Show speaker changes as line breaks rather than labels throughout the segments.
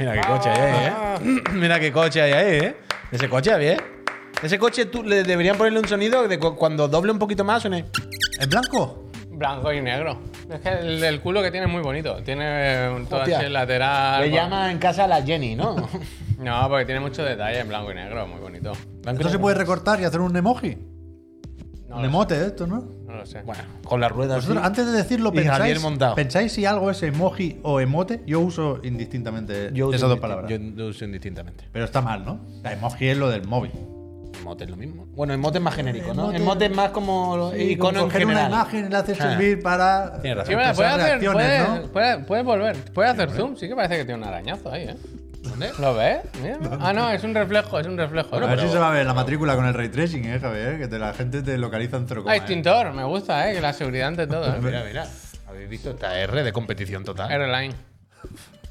Mira qué coche hay ahí, ¿eh? Mira qué coche hay ahí, ¿eh? Ese coche, bien. Ese coche tú, le deberían ponerle un sonido de cu- cuando doble un poquito más suene. ¿Es blanco?
Blanco y negro. Es que el, el culo que tiene es muy bonito. Tiene un todo
Hostia.
así lateral.
Le
con-
llama en casa la Jenny, ¿no?
No, porque tiene muchos detalles en blanco y negro, muy bonito.
Blanco y
Esto se
negro.
puede recortar y hacer un emoji.
No
un
lo, sé,
emote, esto, ¿no?
no lo sé.
Bueno, con las ruedas.
Vosotros,
sí.
Pues antes de decirlo,
Y Javier
pensáis,
montado.
pensáis si algo es emoji o emote. Yo uso indistintamente
Yo uso
esas dos
indisti-
palabras.
Yo lo uso indistintamente.
Pero está mal, ¿no? La emoji es lo del móvil.
Emote es lo mismo. Bueno, emote es más genérico, ¿no?
Emote-
Emote es más como
Sí, como
icono en
coger
general.
una imagen y la haces
Ah.
servir para
Tienes razón.
Sí, bueno,
expresar
puede hacer.
reacciones,
Puede,
¿no?
puede- puede volver. Puede hacer zoom. Sí que parece que tiene un arañazo ahí, ¿eh? ¿Dónde? ¿Lo ves? Mira. Ah, no, es un reflejo, es un reflejo.
a
Bueno,
ver
pero-
si se va a ver la matrícula con el ray tracing, eh, Javier, que te- la gente te localiza en cero
Ah,
coma, eh.
extintor, me gusta, ¿eh? Que la seguridad ante todo. ¿eh?
Mira, mira. ¿Habéis visto esta R de competición total?
R-Line.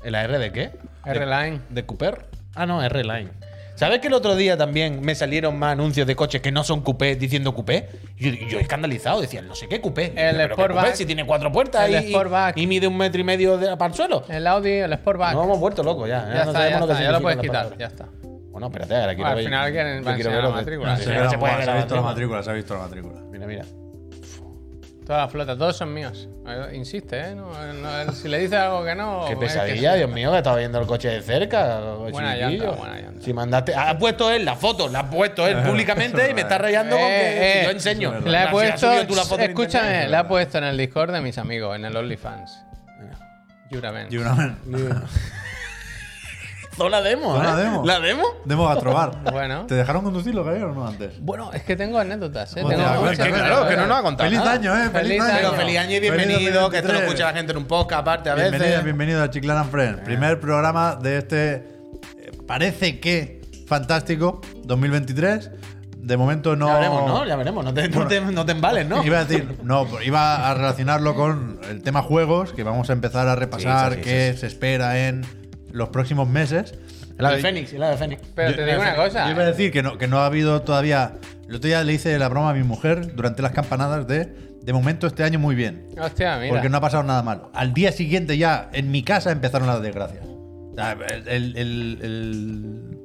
¿La R de qué?
R-Line.
¿De Cooper? Ah, no, R-Line. ¿Sabes que el otro día también me salieron más anuncios de coches que no son coupé diciendo coupé? Yo, yo escandalizado, decía, no sé qué coupé. Yo, "¿Pero qué
Sportback.
coupé? Si tiene cuatro puertas
El
y,
Sportback.
y mide un metro y medio de, para el suelo.
El Audi, el Sportback.
Nos hemos vuelto locos ya.
ya,
no
está, ya,
sabemos
está, ya lo
significa
puedes
la
quitar,
palabra.
ya está.
Bueno, espérate, ahora quiero
Al
ver.
final quieren-
yo
van a
quiero
enseñar
ver
la
los de-
matrícula.
Ah,
Se,
sí,
ve
no
la-
se puede
se
ver
ha
la
visto la
matrícula.
matrícula, se ha visto la matrícula.
Mira, mira.
Toda la flota, todos son míos. Eh, Insiste, ¿eh? No, no, si le dices algo que no.
Qué
es que
pesadilla,
sí.
Dios mío, que estaba viendo el coche de cerca.
Buena
chiquillo.
llanta, buena llanta.
Si mandaste. Ha puesto él la foto, la ha puesto él públicamente y me está rayando con
Eh,
que
eh,
yo enseño.
eso es
La he
Si
puesto.
subido tú la foto en internet,
escúchame,
es
la he
verdad.
puesto en el Discord de mis amigos, en el OnlyFans. Juramen.
Y una
Hizo la demo.
Hizo la
¿eh?
demo.
¿La demo?
Demo a probar.
Bueno.
¿Te dejaron conducirlo, Javier, o no antes?
Bueno, es que tengo anécdotas, ¿eh?
Joder,
tengo
a ver,
muchas
que claro,
anécdotas.
que
no nos ha contado
Feliz
nada.
año, eh.
Feliz
Feliz año.
Pero feliz año y bienvenido, que esto lo
2023.
escucha la gente en un podcast aparte a veces.
Bienvenidos, bienvenidos a Chiclan and Friends.
Ah.
Primer programa de este. eh, Parece que fantástico 2023. De momento no.
Ya veremos, ¿no? Ya veremos. No te, no te, no te embales, ¿no?
Iba a decir, no, iba a relacionarlo con el tema juegos, que vamos a empezar a repasar
sí, sí,
qué se espera en los próximos meses.
La de Fénix, la de Fénix.
Pero
Yo-
te digo una
Yo iba a
cosa.
decir que no, que no ha habido todavía. El otro día le hice la broma a mi mujer durante las campanadas de. De momento, este año muy bien.
¿eh? Hostia, mira.
Porque no ha pasado nada malo. Al día siguiente ya en mi casa empezaron las desgracias. O sea, el, el- el- el-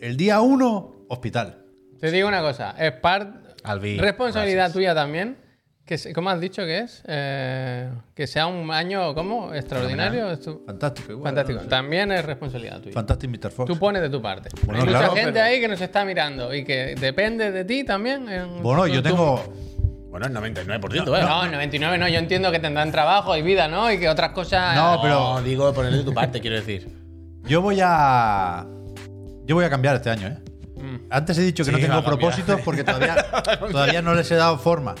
el día uno, hospital.
Te digo una cosa. Es par...
Albi,
responsabilidad tuya también. Que, se- ¿Cómo has dicho que es? Eh, que sea un año, ¿cómo? Extraordinario. estu-
Fantástico. igual,
Fantástico.
¿no?
También es responsabilidad tuya.
Fantástico, Mr. Fox.
Tú pones de tu parte.
Bueno,
Hay mucha
claro,
gente
pero-
ahí que nos está mirando y que depende de ti también. en-
Bueno, yo
tú-
tengo.
Bueno, el 99%, ¿eh?
No, 99 no, yo entiendo que tendrán trabajo y vida, ¿no? Y que otras cosas...
No,
pero
pero
digo ponerle de tu parte, quiero decir.
yo voy a. Yo voy a cambiar este año, ¿eh?
Mm.
Antes he dicho que
Sí,
no
va
tengo
a cambiar.
propósitos porque todavía, todavía no les he dado forma.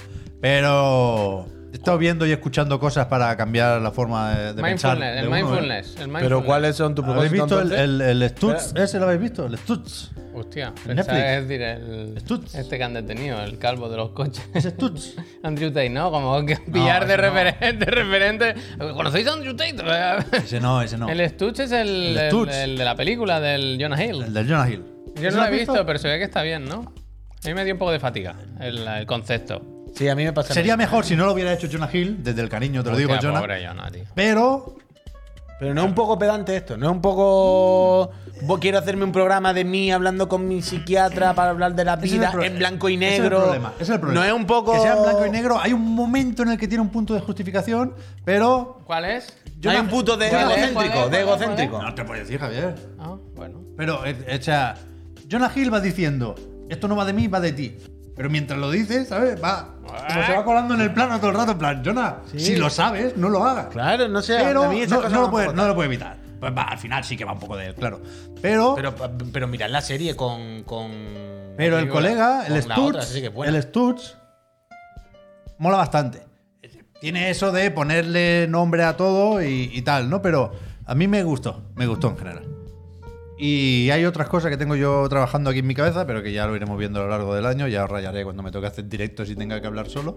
Pero he estado viendo y escuchando cosas para cambiar la forma de, de pensar.
Oh. mindfulness,
de
el
uno, ¿eh?
mindfulness, el mindfulness.
son
¿Habéis visto el, el, el Stutz? ¿Ese lo habéis visto? El Stutz.
Hostia,
En
pensaba
Netflix.
que es decir, el,
Stutz.
este que han detenido, el calvo de los coches.
Ese Stutz.
Andrew Tate, ¿no? Como que pillar
ese
de,
este. no.
referente, de referente. ¿Conocéis a Andrew Tate?
Ese no, ese no. El,
El Stutz es el,
El
el-
Stutz.
el de la película del Jonah Hill.
del Jonah Hill.
Yo
¿Ese
no lo
has
he visto, pero se ve que está bien, ¿no? A mí me dio un poco de fatiga el, el concepto.
Sí, a mí me pasa.
Sería
lo
mejor si no lo hubiera hecho Jonah Hill, desde el cariño, te lo digo,
Hostia,
Jonah.
Pobre Jonah, tío.
Pero
mismo. Pero no es un poco pedante esto, no es un poco.
Mm.
Bo- Quiero hacerme un programa de mí hablando con mi psiquiatra para hablar de la
Ese es el
vida
pro-
en blanco y
ese es el
negro.
problema, ese es el problema.
No es un poco.
Que sea en blanco y negro, hay un momento en el que tiene un punto de justificación, pero.
¿Cuál es?
No hay un punto de
¿Cuál es?
egocéntrico,
¿Cuál es?
de
¿Cuál es?
egocéntrico.
No te puedo decir, Javier.
Ah, bueno.
Pero, eh, eh, o sea, Jonah Hill va diciendo: Esto no va de mí, va de ti. Pero mientras lo dices, ¿sabes? Va. Como se va colando en el plano todo el rato, en plan, Jonah, si lo sabes, no lo hagas.
Claro, no sé.
pero
a mí esas
no,
cosas
no
me
lo puede,
jodan.
no lo puede evitar. Pues va, al final sí que va un poco de él, claro. Pero, pero,
Pero, pero mirad la serie con. con
el
con
colega, el
la otra,
Stutz,
sí que es buena.
el Stutz, mola bastante. Tiene eso de ponerle nombre a todo y, y tal, ¿no? Pero a mí me gustó, me gustó en general. Y hay otras cosas que tengo yo trabajando aquí en mi cabeza, pero que ya lo iremos viendo a lo largo del año. Ya os rayaré cuando me toque hacer directos y tenga que hablar solo.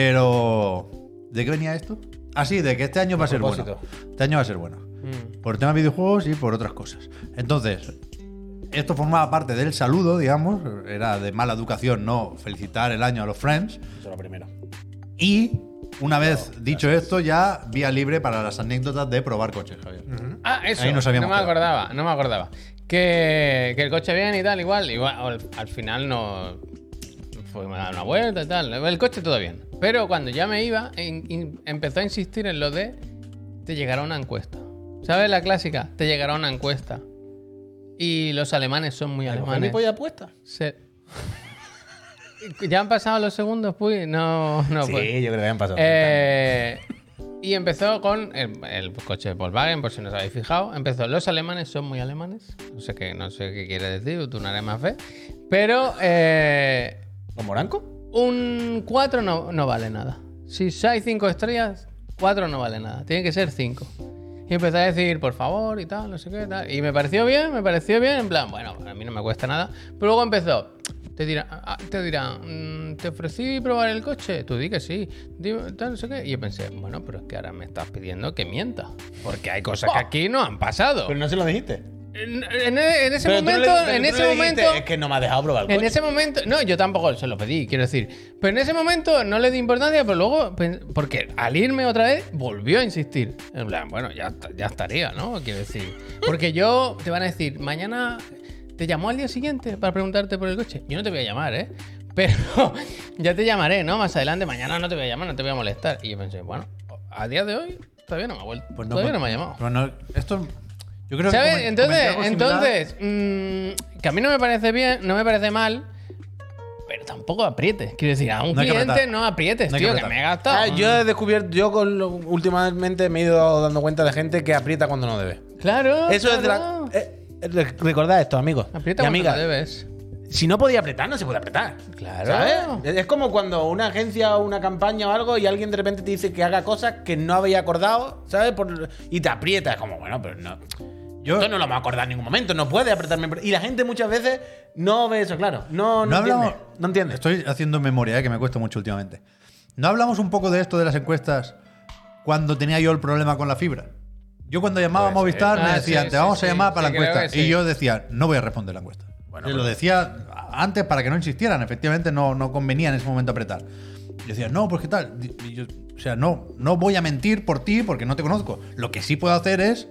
Pero, ¿de qué venía esto? Ah, sí, de que este año va a ser bueno.
propósito.
Este año va a ser bueno.
Mm.
por temas de videojuegos y por otras cosas. Entonces, esto formaba parte del saludo, digamos, era de mala educación no felicitar el año a los friends
Eso es lo primero.
y Una vez dicho esto, ya vía libre para las anécdotas de probar coches, Javier.
Ah, eso.
Ahí nos habíamos
no me
quedado.
acordaba, no me acordaba. Que, que el coche bien y tal, igual. igual al, al final no. Fuimos a dar una vuelta y tal. El coche todo bien. Pero cuando ya me iba, en- in- empezó a insistir en lo de. Te llegará una encuesta. ¿Sabes la clásica? Te llegará una encuesta. Y los alemanes son muy
¿Ni
alemanes.
polla puesta?
Se- ¿Ya han pasado los segundos, pues? No, no,
sí,
pues.
yo creo que habían pasado.
Eh, y empezó con el, el coche de Volkswagen, por si no os habéis fijado. Empezó, los alemanes son muy alemanes. No sé qué, no sé qué quiere decir, tú no eres más fe. Pero eh,
¿Con Moranco?
un 4 no, no vale nada. Si hay 5 estrellas, 4 no vale nada. Tiene que ser 5. Y empecé a decir, por favor, y tal, no sé qué, tal. Y me pareció bien, me pareció bien. En plan, bueno, a mí no me cuesta nada. Pero luego empezó. Te dirán, ah, te, dirán, mm, te ofrecí probar el coche. Tú di que sí. di- tal, no sé qué. Y yo pensé, bueno, pero es que ahora me estás pidiendo que mienta. Porque hay cosas que aquí no han pasado.
¡Oh! Pero no se lo dijiste.
En, en- en ese
Pero tú le-
momento,
pero
en
tú
ese
le dijiste,
momento.
Es que no me has dejado probar el coche.
En ese momento, no, yo tampoco se lo pedí, quiero decir. Pero en ese momento no le di importancia, pero luego, pen- porque al irme otra vez, volvió a insistir. En plan, bueno, ya, est- ya estaría, ¿no? Quiero decir. Porque yo, te van a decir, mañana te llamo al día siguiente para preguntarte por el coche. Yo no te voy a llamar, ¿eh? Pero ya te llamaré, ¿no? Más adelante, mañana no te voy a llamar, no te voy a molestar. Y yo pensé, bueno, a día de hoy todavía no me ha vuelto. todavía no me ha llamado.
Pues no, esto. Yo creo que.
¿Sabes?
comen-
Entonces,
comenté algo similar.
entonces mm, que a mí no me parece bien, no me parece mal, pero tampoco aprietes. Quiero decir, a un
No hay que
cliente
apretar.
no aprietes,
No hay que
tío, que,
apretar.
me he gastado.
Ah, yo he descubierto, yo con lo- últimamente me he ido dando cuenta de gente que aprieta cuando no debe.
Claro.
Eso es de la.
Ah, claro.
eh, eh, re- recordad esto, amigos.
Aprieta
y
cuando
amigas.
no debes.
Si no podía apretar, no se puede apretar.
Claro.
¿Sabes? Es como cuando una agencia o una campaña o algo y alguien de repente te dice que haga cosas que no había acordado, ¿sabes? Por- y te aprieta. Es como, bueno, pero no. Yo
Yo-
esto no lo vamos a acordar en ningún momento. No puede apretarme. Y la gente muchas veces no ve eso, claro. No, no,
No
entiende.
hablamos.
No entiende.
Estoy haciendo memoria, eh, que me cuesta mucho últimamente. ¿No hablamos un poco de esto de las encuestas cuando tenía yo el problema con la fibra? Yo cuando llamaba a Movistar
Ah,
me
sí,
decían,
sí,
te vamos
sí,
a llamar
sí,
para la
creo
encuesta.
que sí. pues.
Y yo decía, no voy a responder la encuesta. Bueno, lo decía antes para que no insistieran. Efectivamente, no, no convenía en ese momento apretar. Yo decía, no, pues qué tal. Y yo, o sea, no, no voy a mentir por ti porque no te conozco. Lo que sí puedo hacer es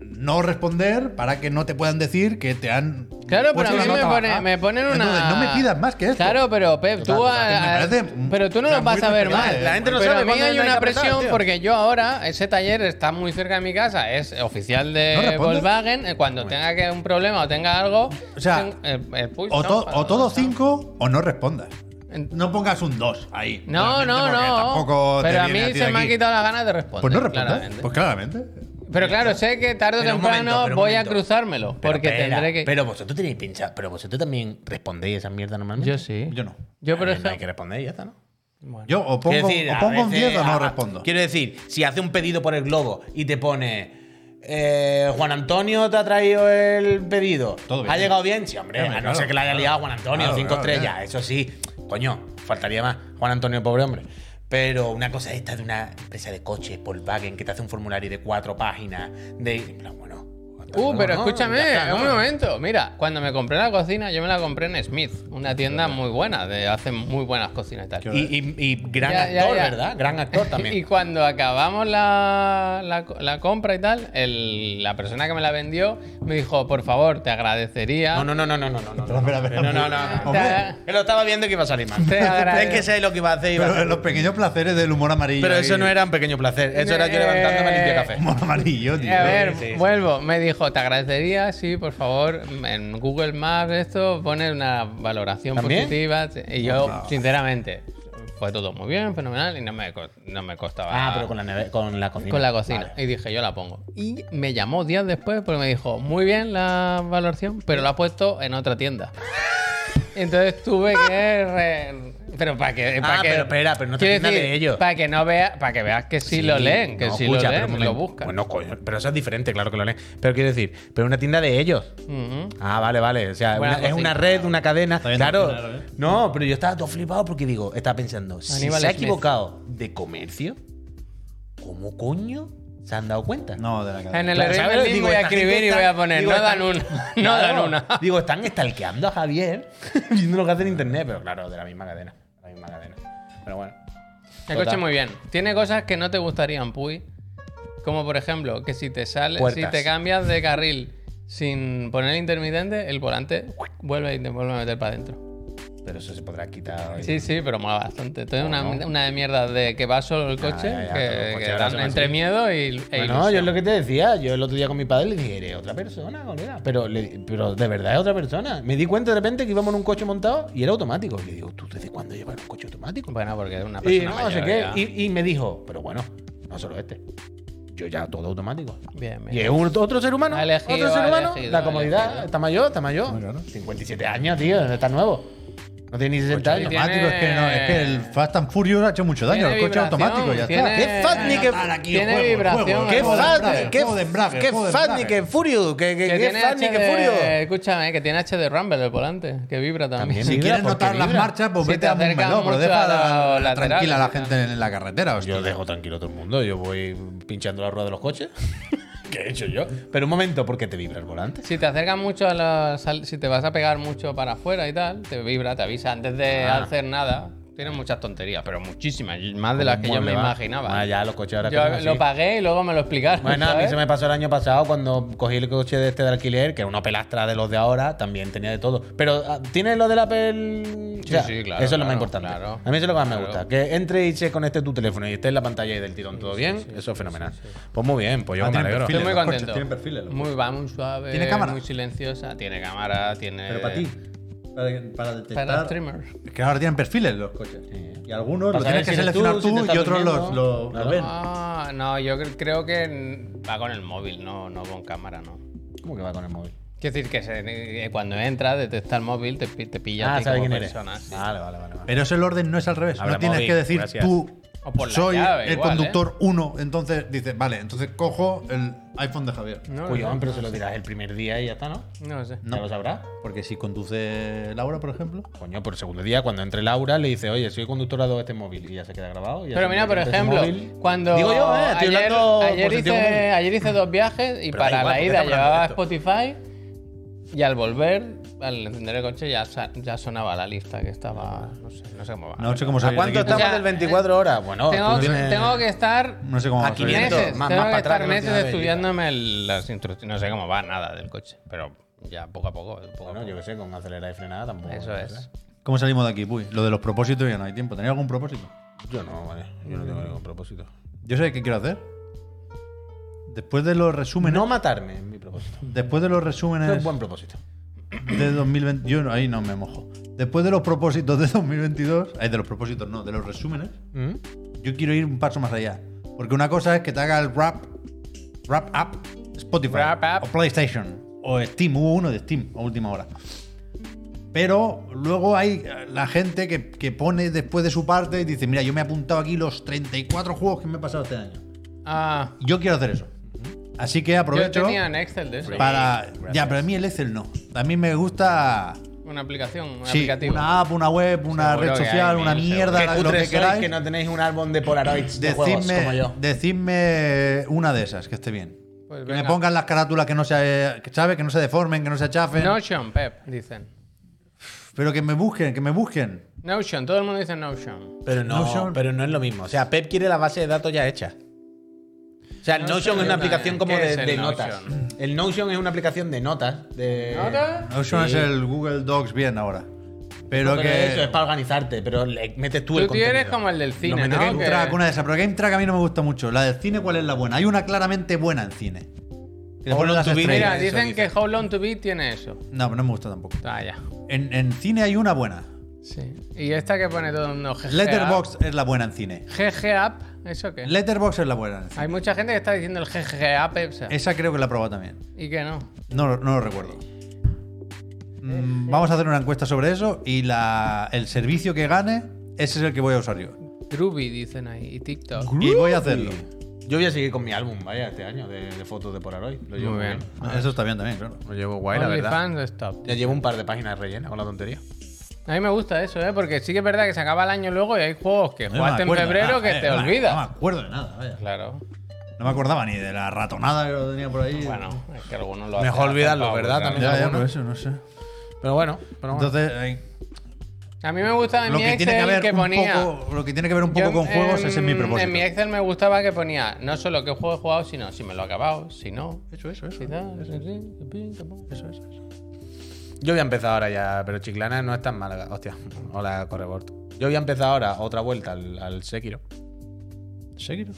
no responder para que no te puedan decir que te han.
Claro, pero
puesto Pues
a
una
mí me,
nota
pone-
baja.
me ponen una.
Entonces, no me pidas más que esto.
Claro, pero Pep, tú. a-
Me parece
pero tú no
una
lo vas
muy
a ver
respetable,
mal.
¿eh? La
gente no
pero
sabe
a mí
cuándo
hay
no hay que
una
apretar,
presión
tío.
porque yo ahora, ese taller está muy cerca de mi casa, es oficial
¿No
de
responde?
Volkswagen. eh, Cuando tenga que un problema o tenga algo.
O sea,
ten- eh, eh, pulsa
O, to-
para-
o todo 5 o no respondas.
En-
No pongas un 2 ahí.
No,
Realmente,
no,
porque
no.
Tampoco te
pero a mí
viene ti
se
de
me han
aquí.
quitado las ganas de responder.
Pues no respondas.
claramente.
Pues claramente.
pero claro, sé que tarde o
Pero un
temprano
momento, pero un
voy a
momento.
cruzármelo.
Pero
Porque
espera,
tendré que.
Pero vosotros tenéis pinchas, pero vosotros también respondéis esa mierda normalmente.
yo sí.
Yo no.
Yo, por
Ah, no hay
ejemplo.
que responder y ya está, ¿no?
Bueno.
Yo o
Quiero
pongo,
decir,
o
a
pongo un
veces,
10 o no
ah,
respondo.
Quiero decir, si hace un pedido por el globo y te pone. eh, Juan Antonio te ha traído el pedido.
Todo bien.
¿Ha llegado bien? Sí, hombre.
Claro,
a no
claro,
ser que la haya
claro.
liado Juan Antonio,
Claro,
cinco
claro,
estrellas.
claro.
Eso sí. Coño, faltaría más. Juan Antonio, pobre hombre. Pero una cosa es esta de una empresa de coches, Volkswagen, que te hace un formulario de cuatro páginas. De. en plan, Bueno.
Uh, pero
no,
escúchame,
ya está, ¿no?
un momento. Mira, cuando me compré la cocina, yo me la compré en Smith, una tienda muy buena, de hacen muy buenas cocinas y tal.
Y, y- y gran
Ya, ya,
actor,
ya.
¿verdad? Gran actor también.
Y cuando acabamos la, la co- la compra y tal, el- la persona que me la vendió me dijo, por favor, te agradecería.
No, no, no, no, no, no, no. No,
Espera, espera, espera.
no, no, no.
Te
Hombre.
agra-
Que lo estaba viendo que iba a salir mal.
Te agradezco.
Es que sé lo que iba a hacer. Iba a
Pero
hacer.
los pequeños placeres del humor amarillo.
Pero
ahí.
eso no era un pequeño placer. Eso era yo
Eh.
levantándome a limpiar café.
Humor amarillo, tío.
A ver,
sí, sí.
vuelvo. Me dijo, te agradecería si, por favor, en Google Maps esto pone una valoración
¿También?
positiva. Y yo,
Por favor.
sinceramente, fue todo muy bien, fenomenal, y no me, co- no me costaba.
Ah, pero con la, neve- con la cocina.
con la cocina. Y dije, yo la pongo. Y me llamó días después porque me dijo, muy bien la valoración, pero la has puesto en otra tienda. Entonces tuve que... re- Pero para que... para
Ah,
que-
pero espera, pero no te
quiero
entiendas
decir,
de ello.
Para que, no vea, para que veas que sí, lo leen, que
no,
sí
escucha,
lo
pero un
leen, lo
momento.
buscan.
Bueno, coño, pero eso es diferente, claro que lo leen. Pero quiero decir, pero una tienda de ellos.
Ujú.
Ah, vale, vale. O sea,
Buena
una- es
cocina.
una red, una cadena.
bien,
Claro.
está claro, ¿eh?
No, pero yo estaba todo flipado porque digo, estaba pensando, si
Aníbal
se ha
Smith.
equivocado de comercio, ¿cómo coño se han dado cuenta?
No, de la cara.
En el
Claro,
claro,
¿sabes? Digo,
voy a
esta gente
escribir y
está-
voy a poner,
digo,
no
están-
dan una, no
Claro.
dan una.
Digo, están estalqueando a Javier viendo lo que hace en internet, pero claro, de la misma cadena. de La misma cadena. Pero bueno.
El
Total.
coche muy bien. Tiene cosas que no te gustarían, Puy. Como por ejemplo, que si te sale, si
Puertas.
te cambias de carril sin poner el intermitente, el volante uic, vuelve y te vuelve a meter para adentro.
Pero eso se podrá quitar. hoy.
Sí, sí, pero mola bastante. Entonces, una,
Bueno.
una de mierda de que va solo el coche,
ya, ya,
que-
todos los
que,
coches ahora
dan
son
entre
así.
miedo y. e
Bueno,
ilusión.
yo es lo que te decía. Yo el otro día con mi padre le dije, eres otra persona, colega. Pero, le- pero de verdad es otra persona. Me di cuenta de repente que íbamos en un coche montado y era automático. Y le digo, ¿tú desde cuándo llevas un coche automático?
Bueno, porque es una
Y,
persona.
no, no sé
mayor,
qué.
ya.
Y, y me dijo, pero bueno, no solo este. Yo ya todo automático.
Bien, bien.
Y es un- otro ser humano.
Ha elegido,
otro ser
ha
humano.
elegido,
la
ha
comodidad.
elegido.
Está mayor, está mayor. 57 años, tío. Está nuevo. No tiene ni 60 años.
tiene-
Automático, es que no, es que el Fast and Furious ha hecho mucho daño.
Tiene
El coche
vibración,
automático ya
tiene-
está.
¡Qué fat ni que...
Tiene vibración.
¡Qué
Juego de
fat! ¡Qué, qué fat ni que furio! ¡Qué, qué,
Que
qué
tiene
fat ni que
HD
furio!
Escúchame, que tiene HD Rumble el volante, que vibra también.
También
Si
Vibra
quieres
porque
notar las
vibra.
marchas, pues
Si te
vete a un
acercas
melón, pero
mucho
deja
a
la-
los
la- tranquila a la
laterales,
gente en la carretera. hostia.
Yo dejo tranquilo a todo el mundo, yo voy pinchando la rueda de los coches. ¿Qué he hecho yo? Pero un momento, ¿por qué te vibra el volante?
Si te acercas mucho a la sal- si te vas a pegar mucho para afuera y tal, te vibra, te avisa antes de
Ah.
hacer nada. Tiene muchas tonterías, pero muchísimas, más de las que yo
Mueble
me
va.
imaginaba.
Ah, ya, los coches ahora que
yo
son así.
lo pagué y luego me lo explicaron.
Bueno, a mí
¿sabes?
se me pasó el año pasado cuando cogí el coche de este de alquiler, que era una pelastra de los de ahora, también tenía de todo. Pero ah, tiene lo del Apple. O sea,
sí, claro,
Eso es lo
claro,
más importante.
claro.
a mí eso es lo que más
Claro.
me gusta. Que entre y se conecte tu teléfono y esté en la pantalla ahí del tirón todo bien, eso es fenomenal. Pues muy bien, pues yo
Ah,
me
tiene
alegro.
perfil.
Estoy muy
Los coches
contento.
tienen perfiles, los
muy, va muy suave.
¿Tiene cámara?
Muy silenciosa. Tiene cámara, tiene.
Pero para ti, para, para detectar
Para streamer.
Es que ahora tienen perfiles los
los
coches.
coches. Y algunos
Pero
los
Para
tienes que
saber si eres
seleccionar
si te
tú
estás
y otros los-
durmiendo.
los- los
Claro.
ven.
Ah, no, yo cre- creo que va con el móvil, no, no con cámara, no.
¿Cómo que va con el móvil?
Quiero decir que se- que cuando entras, detecta el móvil, te, pi- te pilla a
Ah,
ti
¿sabes
como
quién eres? Ah,
persona, sí.
Vale, vale, vale. vale.
Pero eso el orden no es al revés.
Habrá
no tienes
móvil,
que decir
gracias.
tú
O por la
soy
llave,
el
igual,
conductor 1. Entonces dices, vale, entonces cojo el iPhone de Javier.
No,
Cuidado,
no,
pero se lo dirás el primer día y ya está, ¿no?
no lo sé.
No lo sabrás.
Porque si conduce Laura, por ejemplo.
Coño, por el segundo día, cuando entre Laura, le dice, oye, soy conductora de este móvil. Y ya se queda grabado. y ya
Pero
se
mira, por
queda ese
ejemplo,
móvil.
cuando.
Digo yo, eh, estoy
ayer,
hablando
ayer
por sentido
hice,
común.
ayer hice dos viajes y
Pero da
para
igual,
la
porque
ida
estamos hablando
llevaba
de
Spotify y al volver, al encender el coche, ya, sa- ya sonaba la lista que estaba. No sé, no sé cómo va.
No sé cómo
¿A
salir
cuánto
de aquí.
estamos
O sea,
del 24 horas? Bueno,
tengo,
tú tienes-
tengo que estar.
No sé cómo va
A
a salir.
500,
meses,
más-
tengo
más
que
para atrás
estar
que la última
meses
vez,
estudiándome el- las instrucciones. No sé cómo va nada del coche, pero ya poco a poco. poco a
Bueno, yo
poco.
qué sé, con acelerada y frenada
pues
tampoco. ¿eh?
Eso es.
¿Cómo salimos de aquí? Uy, lo de los propósitos ya no hay tiempo. ¿Tenía algún propósito?
Yo no, vale. Yo no tengo ningún propósito.
Yo sé qué quiero hacer. Después de los resúmenes.
No matarme es mi propósito.
Después de los
Eso es
resúmenes
buen propósito.
de 2020. Yo no- ahí no me mojo. Después de los propósitos de 2022. Ay, eh, de los propósitos no, de los resúmenes.
¿Mm?
Yo quiero ir un paso más allá. Porque una cosa es que te haga el rap. Rap up Spotify.
Wrap up.
O PlayStation. O Steam. Hubo uno de Steam a última hora. Pero luego hay eh, la gente que, que pone después de su parte y dice: Mira, yo me he apuntado aquí los 34 juegos que me he pasado este año.
Ah,
Yo quiero hacer eso. Así que
yo
aprovecho
tenía en Excel de eso.
para.
Gracias.
Ya, pero a mí el Excel no. A mí me gusta.
Una aplicación, un
sí,
aplicativo.
una app, una web, una
Seguro
red
que hay
social,
mil,
una
seguro.
mierda,
Qué
lo
cutre
que
sois
queráis.
que no tenéis un álbum de Polaroids de juegos como
Decidme,
yo.
decidme una de esas que esté bien.
Pues
que me
venga.
pongan las carátulas que no se, que, ¿sabe? que no se deformen, que no se achafen.
Notion, Pep, dicen.
Pero que me busquen, que me busquen.
Notion, todo el mundo dice Notion.
Pero no,
Notion.
pero no es lo mismo. O sea, Pep quiere la base de datos ya hecha. O sea, el
Notion
Notion es
yo
una aplicación
también.
como
¿Qué
de,
es el
de
Notion?
notas. El Notion es una aplicación de notas. De...
¿Notas?
Notion
Sí.
es el Google Docs bien ahora. Pero
Pero
que.
eso es para organizarte, pero le metes tú,
Tú
el
tienes
contenido.
como el del
Lo
cine,
metes
¿no?
en
Que-
Game Track, una de esas. Pero Game Track a mí no me gusta mucho. La del cine, ¿cuál es la buena? Hay una claramente buena en cine. Que le
All
ponen
on
las
to be.
estrellas.
Mira,
eso
dicen
dicen.
que How Long to Beat tiene eso.
No, pero no me gusta tampoco.
Ah, ya.
En, en cine hay una buena.
Sí. Y esta que pone todo el mundo GG
Letterbox es la buena en cine.
App. GG App, ¿eso qué?
Letterbox es la buena en cine.
Hay mucha gente que está diciendo el GG App, o sea,
Esa creo que la he probado también.
y que no.
No, lo- no lo recuerdo. Mm, vamos a hacer una encuesta sobre eso y la, el servicio que gane, ese es el que voy a usar yo.
Groovy dicen ahí, y TikTok.
Y voy a hacerlo.
Yo voy a seguir con mi álbum, vaya, este año, de, de fotos de Polaroid. Lo llevo
Muy
muy
bien.
bien.
Eso está bien también, claro.
Lo llevo guay, la verdad.
OnlyFans Stop.
Ya llevo un par de páginas rellenas con la tontería.
A mí me gusta eso, ¿eh? Porque sí que es verdad que se acaba el año luego y hay juegos que
No me
jugaste en
acuerdo de
febrero
nada,
que
eh,
te
no me-
olvidas.
No me acuerdo de nada, vaya.
Claro.
No me acordaba ni de la ratonada que lo tenía por ahí.
Bueno, es que algunos lo hacen.
Mejor olvidarlo,
hacen pa'
¿verdad?
buscar.
Ya,
También.
ya,
alguno.
por eso, no sé.
Pero bueno, pero bueno.
Entonces, eh,
A mí me gustaba en
Lo
mi
que, tiene que
Excel
ver
que
un
ponía.
poco, lo que tiene que ver un poco
Yo,
con juegos,
em,
ese es mi propósito.
En mi Excel me gustaba que ponía no solo qué juego he jugado, sino si me lo he acabado, si no. Eso, eso, eso. Eso, eso.
Yo voy a empezar ahora ya, pero Chiclana no es tan mala. Hostia, hola, Correbort. Yo voy a empezar ahora otra vuelta al, al Sekiro.
¿Sekiro?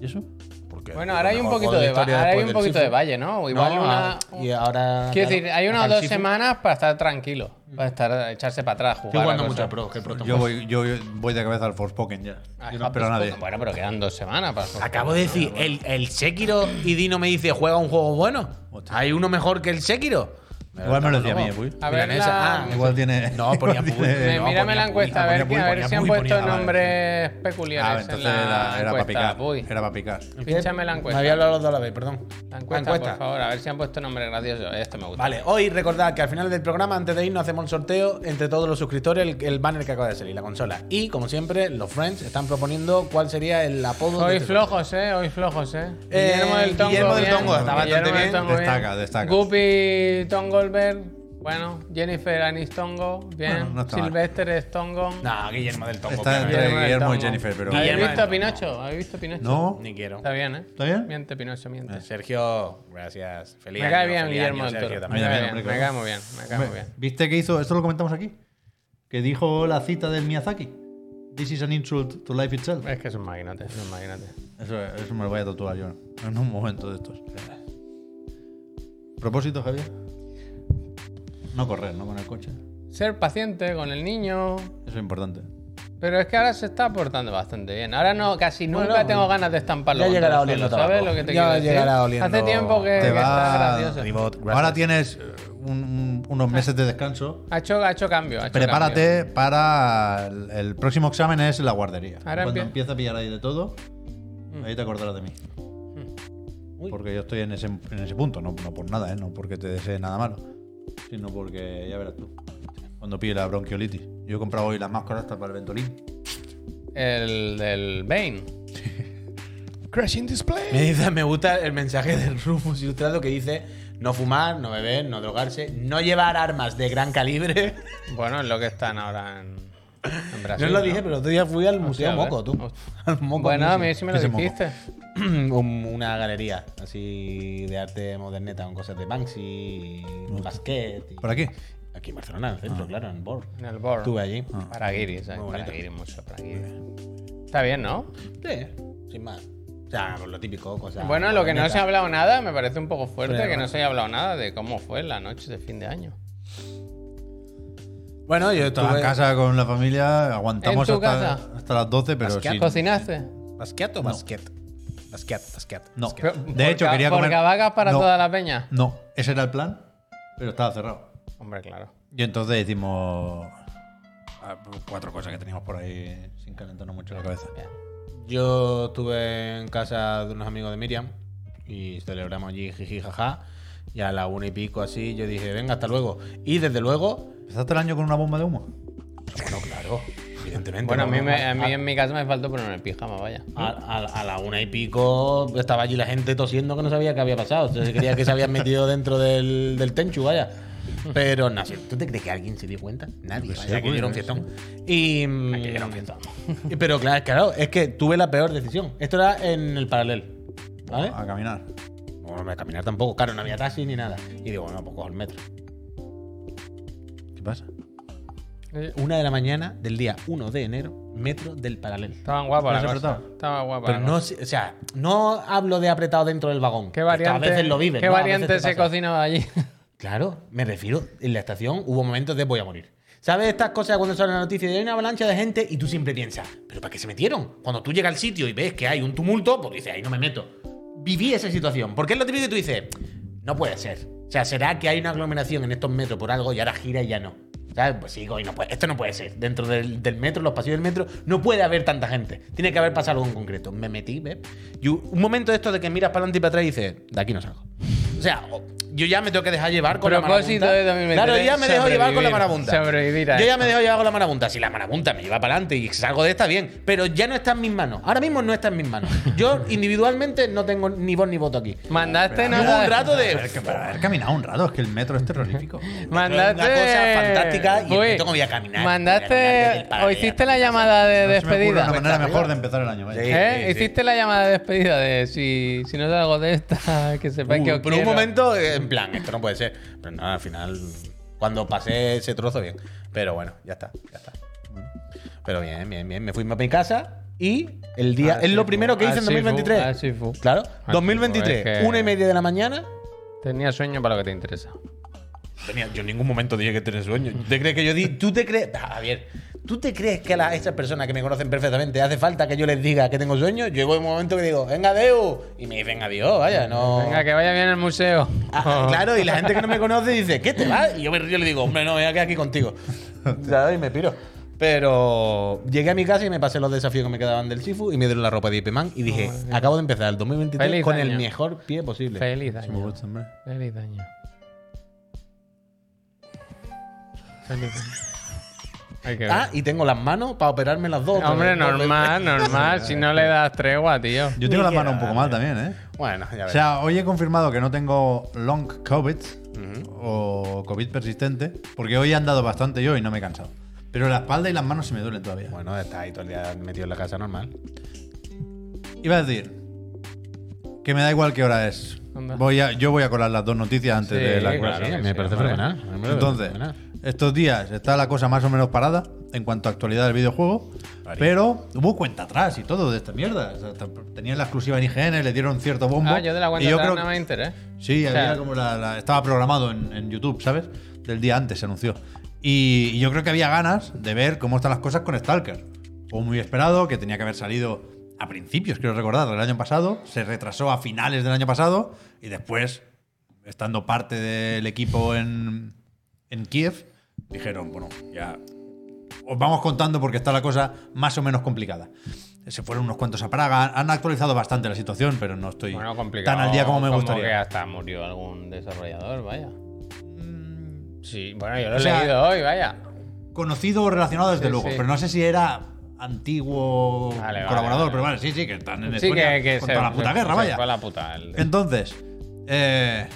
¿Y eso?
Porque
Bueno, ahora hay un
mejor
poquito
juego
de, va-
historia
ahora hay
después
un
del
poquito de
Sifu.
valle, ¿no? O Igual
No,
una.
a- y ahora.
Quiero decir, hay unas
ahora
dos
el Sifu-
semanas para estar tranquilo, para estar echarse para atrás, jugar.
Estoy
a
jugando
cosas.
mucho a pro, que pronto.
Pues-
Yo voy, yo voy de cabeza al Forspoken ya.
Ah,
Yo no espero a nadie.
Bueno, pero quedan dos semanas pues. para.
Acabo de decir, el, el Sekiro y Dino me dice, juega un juego bueno.
Hostia.
¿Hay uno mejor que el Sekiro?
Igual me lo decía a mí,
loco.
eh, Puy.
A ver,
Milanesa.
la-
Ah,
Igual tiene.
No, ponía Puy.
Me-
No,
mírame
ponía
la
Puy,
encuesta, a ver,
ponía
que- a
Puy,
ver
ponía
si han
Puy,
puesto
ponía-
nombres
Ah,
peculiares en
entonces
la
era, era para
encuesta.
picar.
Uy,
Era para picar.
Pínchame la encuesta.
Me había hablado los dos a la vez, perdón.
La encuesta, por favor, a ver si han puesto nombres graciosos. Esto me gusta.
Vale, hoy recordad que al final del programa, antes de irnos, hacemos el sorteo entre todos los suscriptores, el, el banner que acaba de salir, la consola. Y, como siempre, los friends están proponiendo cuál sería el apodo de
Hoy
este
flojos, eh, hoy flojos, eh.
Eh, Guillermo del
bien,
Tongo, está bastante
Guillermo del
bien.
Tongo
Destaca, destaca.
Guppy Tongolberg, bueno. Jennifer Anistongo, bien.
Bueno, no está mal.
Silvestre Stongon.
No, Guillermo del Tongo.
Está
pero-
entre
Guillermo del
Guillermo y
Tongo.
Jennifer, pero.
¿Habéis
Guillermo
visto
del
Pinocho? ¿Habéis visto Pinocho?
No.
Ni quiero.
Está bien, eh.
¿Está bien?
Miente Pinocho, miente.
Sergio, gracias. Feliz
Me
año,
cae bien
feliz
Guillermo
año,
del
Sergio
Toro.
también.
Me
A mí
cae
también,
bien,
hombre,
me cae muy bien, me cae muy
Hombre,
bien.
¿Viste que hizo? Esto lo comentamos aquí. Que dijo la cita del Miyazaki. This is an insult to life itself.
Es que es un maquinote, es un maquinote.
Eso, eso me lo voy a tatuar yo en un momento de estos. ¿Propósito, Javier? No correr, ¿no? Con el coche.
Ser paciente con el niño.
Eso es importante.
Pero es que ahora se está portando bastante bien. Ahora no, casi nunca tengo ganas de estamparlo.
ya
contra
llegará
el
oliendo
suelo, ¿Sabes
tabaco.
lo que te
Ya
quiero decir?
llegará oliendo-
Hace tiempo que,
Te
que
va-
está gracioso.
Ribot, gracias.
Ahora tienes eh, un- un- unos meses de descanso.
Ha hecho, ha hecho cambio. ha hecho
Prepárate para el, el próximo examen es la guardería.
Ahora
Cuando
empie- Mm.
empieza a pillar ahí de todo, ahí te acordarás de mí. Porque yo estoy en ese, en ese punto, no, no por nada, ¿eh? no porque te desee nada malo, sino porque ya verás tú. Cuando pille la bronquiolitis. Yo he comprado hoy las máscaras hasta para el ventolín.
cambio. El del Bane.
Crashing display.
Me dice, me gusta el mensaje del Rufus Ilustrado que dice no fumar, no beber, no drogarse, no llevar armas de gran calibre.
Bueno, es lo que están ahora en, en Brasil.
Yo lo
Ah, ¿no?
dije, pero el otro día fui al Museo
Hostia,
Moco,
¿eh?
tú. Al Moco
Bueno, a
Museum.
mí sí me lo
Ese moco.
dijiste.
Un- una galería así de arte moderneta con cosas de Banksy, y basquet. y-
¿Por aquí?
Aquí en Barcelona, en el
Ah.
centro, claro, en Bor.
En el board.
Estuve allí. Ah.
Para guiris, eh,
Muy
para
bonito.
guiris, mucho, para guiris. Está bien, ¿no?
Sí, sin más. O sea, pues lo típico, cosas.
Bueno, lo que no
modernetas.
se ha hablado nada, me parece un poco fuerte
Pero,
que no
bueno.
se haya hablado nada de cómo fue la noche de fin de año.
Bueno, yo
Estaba
estuve.
en casa con la familia, aguantamos
¿En tu
hasta,
casa?
hasta las 12, pero
Asqueado.
sí.
¿Cocinaste?
¿Basquet o basquet? Basquet, basquet.
No.
basquet.
De hecho,
Porca-
quería comer.
porcavacas para
No.
toda la peña?
No, ese era el plan, pero estaba cerrado.
Hombre, claro.
Y entonces hicimos ah, cuatro cosas que teníamos por ahí sin calentarnos mucho la cabeza.
Bien.
Yo estuve en casa de unos amigos de Miriam y celebramos allí jiji jaja. Y a la una y pico así yo dije, venga, hasta luego. Y desde luego.
¿Empezaste el año con una bomba de humo?
No, claro, evidentemente.
Bueno, a mí,
no,
me-
no, Ah,
a mí
a-
en mi casa me faltó ponerme el pijama, vaya.
A, a- a la una y pico estaba allí la gente tosiendo que no sabía qué había pasado. Entonces creía que se habían metido dentro del, del Tenchu, vaya. Pero no sé, ¿tú te crees que alguien se dio cuenta? Nadie. Vaya, que yo era un fiestón. Y. mm, y- Pero claro, claro, es que tuve la peor decisión. Esto era en el paralel. ¿Vale?
A caminar.
Bueno, a caminar tampoco, claro, no había taxi ni nada. Y digo, bueno, pues cojo el metro.
¿Qué pasa?
Eh,
Una de la mañana del día 1 de enero, metro del paralel.
Estaban guapas
¿No
la
has
cosa.
apretado?
Estaban guapas.
Pero no, sé- o sea, no hablo de apretado dentro del vagón.
¿Qué
Esto
variante,
A veces lo vives.
¿qué
¿no? A veces
variante
te
se
pasa.
cocinaba allí?
Claro, me refiero, en la estación hubo momentos de voy a morir. ¿Sabes estas cosas cuando sale la noticia y hay una avalancha de gente y tú siempre piensas, ¿pero para qué se metieron? Cuando tú llegas al sitio y ves que hay un tumulto, pues dices, ahí no me meto. Viví esa situación, porque es lo típico que tú dices, no puede ser. O sea, ¿será que hay una aglomeración en estos metros por algo y ahora gira y ya no? ¿Sabes? Pues sigo y no puede. Esto no puede ser. Dentro del, del metro, los pasillos del metro, no puede haber tanta gente. Tiene que haber pasado algo en concreto. Me metí, ¿ves? Y un un momento de esto de que miras para adelante y para atrás y dices, de aquí no salgo. O sea, o- yo ya me tengo que dejar llevar con
Propósito
la marabunta.
de 2023,
Claro, yo ya me dejo llevar con la
sobrevivir.
marabunta.
Sobrevivir a
Yo ya
esto.
me dejo llevar con la marabunta. Si la marabunta me lleva para adelante y salgo de esta, bien. Pero ya no está en mis manos. Ahora mismo no está en mis manos. Yo individualmente no tengo ni voz ni voto aquí.
Mandaste
Hubo
nada.
un rato
Pero
de.
haber caminado un rato, es que el metro es terrorífico.
Mandaste.
Una cosa fantástica y
Uy,
entonces voy a caminar.
Mandaste.
Voy a caminar desde el
o
paralelo.
hiciste la llamada
No se me
de
ocurre
despedida.
una manera mejor de empezar el año. vaya.
Sí.
¿Eh? Hiciste la llamada de despedida de si, si no salgo de esta, que sepáis
Uy,
que os
por Uh, un
quiero.
momento, eh, en plan, esto no puede ser. Pero nada, al final, cuando pasé ese trozo, bien. Pero bueno, ya está, ya está. Pero bien, bien, bien. Me fui a mi casa y el día.
Así
es lo
fu,
primero que hice en
así fu,
2023.
así fu.
Claro,
fu,
2023,
es que-
una y media de la mañana.
Tenía sueño para lo que te interesa.
Oh. Tenía- yo en ningún momento dije que tenía sueño. ¿Tú te crees que yo di.? ¿Tú te crees.? Ah, Javier, ¿tú te crees que a las- esas personas que me conocen perfectamente hace falta que yo les diga que tengo sueño? Llegó un momento que digo, venga, Deu. Y me dicen adiós, vaya, no.
Venga, que vaya bien el museo.
Ah, claro, y la gente que no me conoce dice, ¿qué te va? Y yo me río y le digo, hombre, no, voy a quedar aquí contigo. ¿Sabes? Y me piro. Pero llegué a mi casa y me pasé los desafíos que me quedaban del Sifu y me dieron la ropa de Ipeman y dije, acabo de empezar el 2023
Oh, Feliz
con
año.
el mejor pie posible.
Feliz
Sí, me
año.
gusta, hombre.
Feliz año. Feliz año. Hay que ver.
Ah, y tengo las manos para operarme las dos. otra
Hombre,
vez.
normal, normal. si no le das tregua, tío.
Yo tengo las manos un poco mal también, ¿eh?
Bueno, ya
O
ves.
sea, hoy he confirmado que no tengo long COVID o COVID persistente, porque hoy he andado bastante yo y no me he cansado. Pero la espalda y las manos se me duelen todavía.
Bueno, está ahí todo el día metido en la casa normal.
Iba a decir que me da igual qué hora es.
Anda.
Voy a, yo voy a colar las dos noticias antes
Sí,
Eh,
de la
claro.
cosa.
sí, hombre.
Entonces, estos días está la cosa más o menos parada en cuanto a actualidad del videojuego, pero hubo cuenta atrás y todo de esta mierda. O sea, t- tenían la exclusiva en IGN, le dieron cierto bombo.
Ah, yo de la
y
cuenta
yo
atrás
creo
no
que-
me interesa.
Sí,
O
había
sea-
como la, la- estaba programado en, en YouTube, ¿sabes? Del día antes se anunció. Y, y yo creo que había ganas de ver cómo están las cosas con Stalker. Juego muy esperado, que tenía que haber salido a principios, quiero recordar, del año pasado. Se retrasó a finales del año pasado y después, estando parte del equipo en, en Kiev, dijeron, bueno, ya os vamos contando porque está la cosa más o menos complicada. Se fueron unos cuantos a Praga, han actualizado bastante la situación, pero no estoy
Bueno, complicado.
tan al día como me gustaría.
que hasta murió algún desarrollador, vaya. Sí, bueno, yo lo he
O sea-
leído hoy, vaya.
mm, conocido o relacionado desde
Sí,
luego,
sí.
pero no sé si era antiguo
Vale, vale,
colaborador,
vale.
pero vale, sí, sí, que están en
Sí,
España
que, que
con toda la puta guerra,
se
vaya.
fue a la puta. el-
Entonces, eh,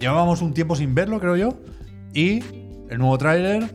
llevábamos un tiempo sin verlo, creo yo, y el nuevo tráiler,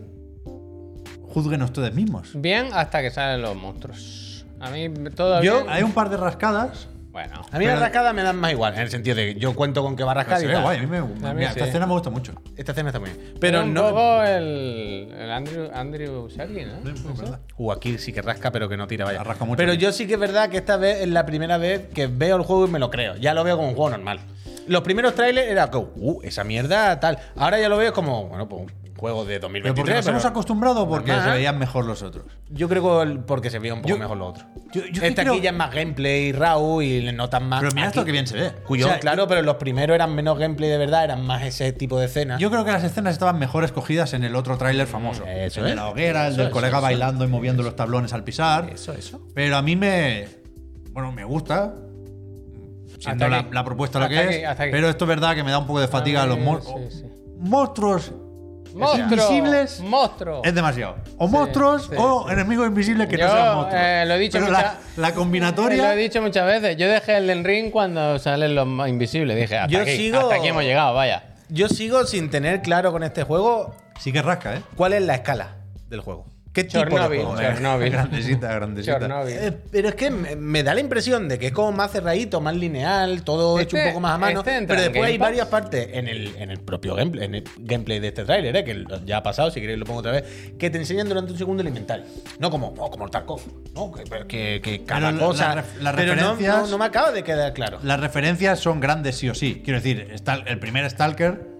juzguen ustedes mismos.
Bien hasta que salen los monstruos. A mí todo
Yo-
bien.
Hay un par de rascadas.
Bueno.
A mí las rascadas me dan más igual, en el sentido de que yo cuento con que va a rascar
Se
y
ve
tal.
Ah, guay, a mí me, mira,
sí.
esta escena me gusta mucho.
Esta escena está muy bien.
Pero
Pero
un
no.
poco el, el Andrew, Andrew Saki, ¿no?
¿verdad?
Uh, aquí sí que rasca, pero que no tira, vaya.
Rasca mucho.
pero yo sí que es verdad que esta vez es la primera vez que veo el juego y me lo creo. Ya lo veo como un juego normal. Los primeros trailers era como, uh, esa mierda, tal. Ahora ya lo veo como, bueno, pues un juego de
Pero porque
2023.
nos hemos
pero
acostumbrado o porque
Normal.
se veían mejor los otros.
yo creo que el- porque se veía un poco
Yo-
mejor lo otro.
yo- yo
Esta
creo-
aquí ya es más gameplay, raw y le notan más.
Pero
Ah,
mira esto
aquí-
que bien se ve.
Cuyo,
O sea,
claro, pero los primeros eran menos gameplay de verdad, eran más ese tipo de escenas.
Yo creo que las escenas estaban mejor escogidas en el otro tráiler famoso.
Eh, Eso
el de
es.
la hoguera, el
Eso
del
es,
colega
eso
bailando y moviendo los tablones al pisar.
Eso, eso.
Pero a mí me. Bueno, me gusta. Siendo
Hasta
la,
aquí.
la propuesta lo que
Hasta
es.
aquí, hasta aquí.
Pero esto es verdad que me da un poco de fatiga a los mon-
Sí, sí.
monstruos.
¡Monstruos!
Invisibles.
¡Monstruos!
Es demasiado. O monstruos
sí,
o
sí.
enemigos invisibles que
Yo,
no sean monstruos.
eh, lo he dicho
Pero
mucha-
la, la
Lo
combinatoria.
he dicho muchas veces. Yo dejé el Den Ring cuando salen los más invisibles. Dije, hasta,
Yo
aquí,
sigo-
hasta aquí hemos llegado, vaya.
Yo sigo sin tener claro con este juego
Sí que rasca, ¿eh?
cuál es la escala del juego. ¿Qué tipo
Chernóbil,
de juego?
Chern- Chernobyl.
grandecita, grandecita.
Chernobyl.
Eh, pero es que me, me da la impresión de que es como más cerradito, más lineal, todo
Este-
hecho un poco más a mano.
este entra
pero
en
después hay
Game Pass.
varias partes en el, en el propio gameplay, en el gameplay de este tráiler, eh, que lo- ya ha pasado, si queréis lo pongo otra vez, que te enseñan durante un segundo el inventario. No como, oh, como el Tarkov, no, que, que- que cada
la-
cosa.
la ref- las
pero no,
referencias-
no- no me acaba de quedar claro.
Las referencias son grandes sí o sí. Quiero decir, Stal- el primer Stalker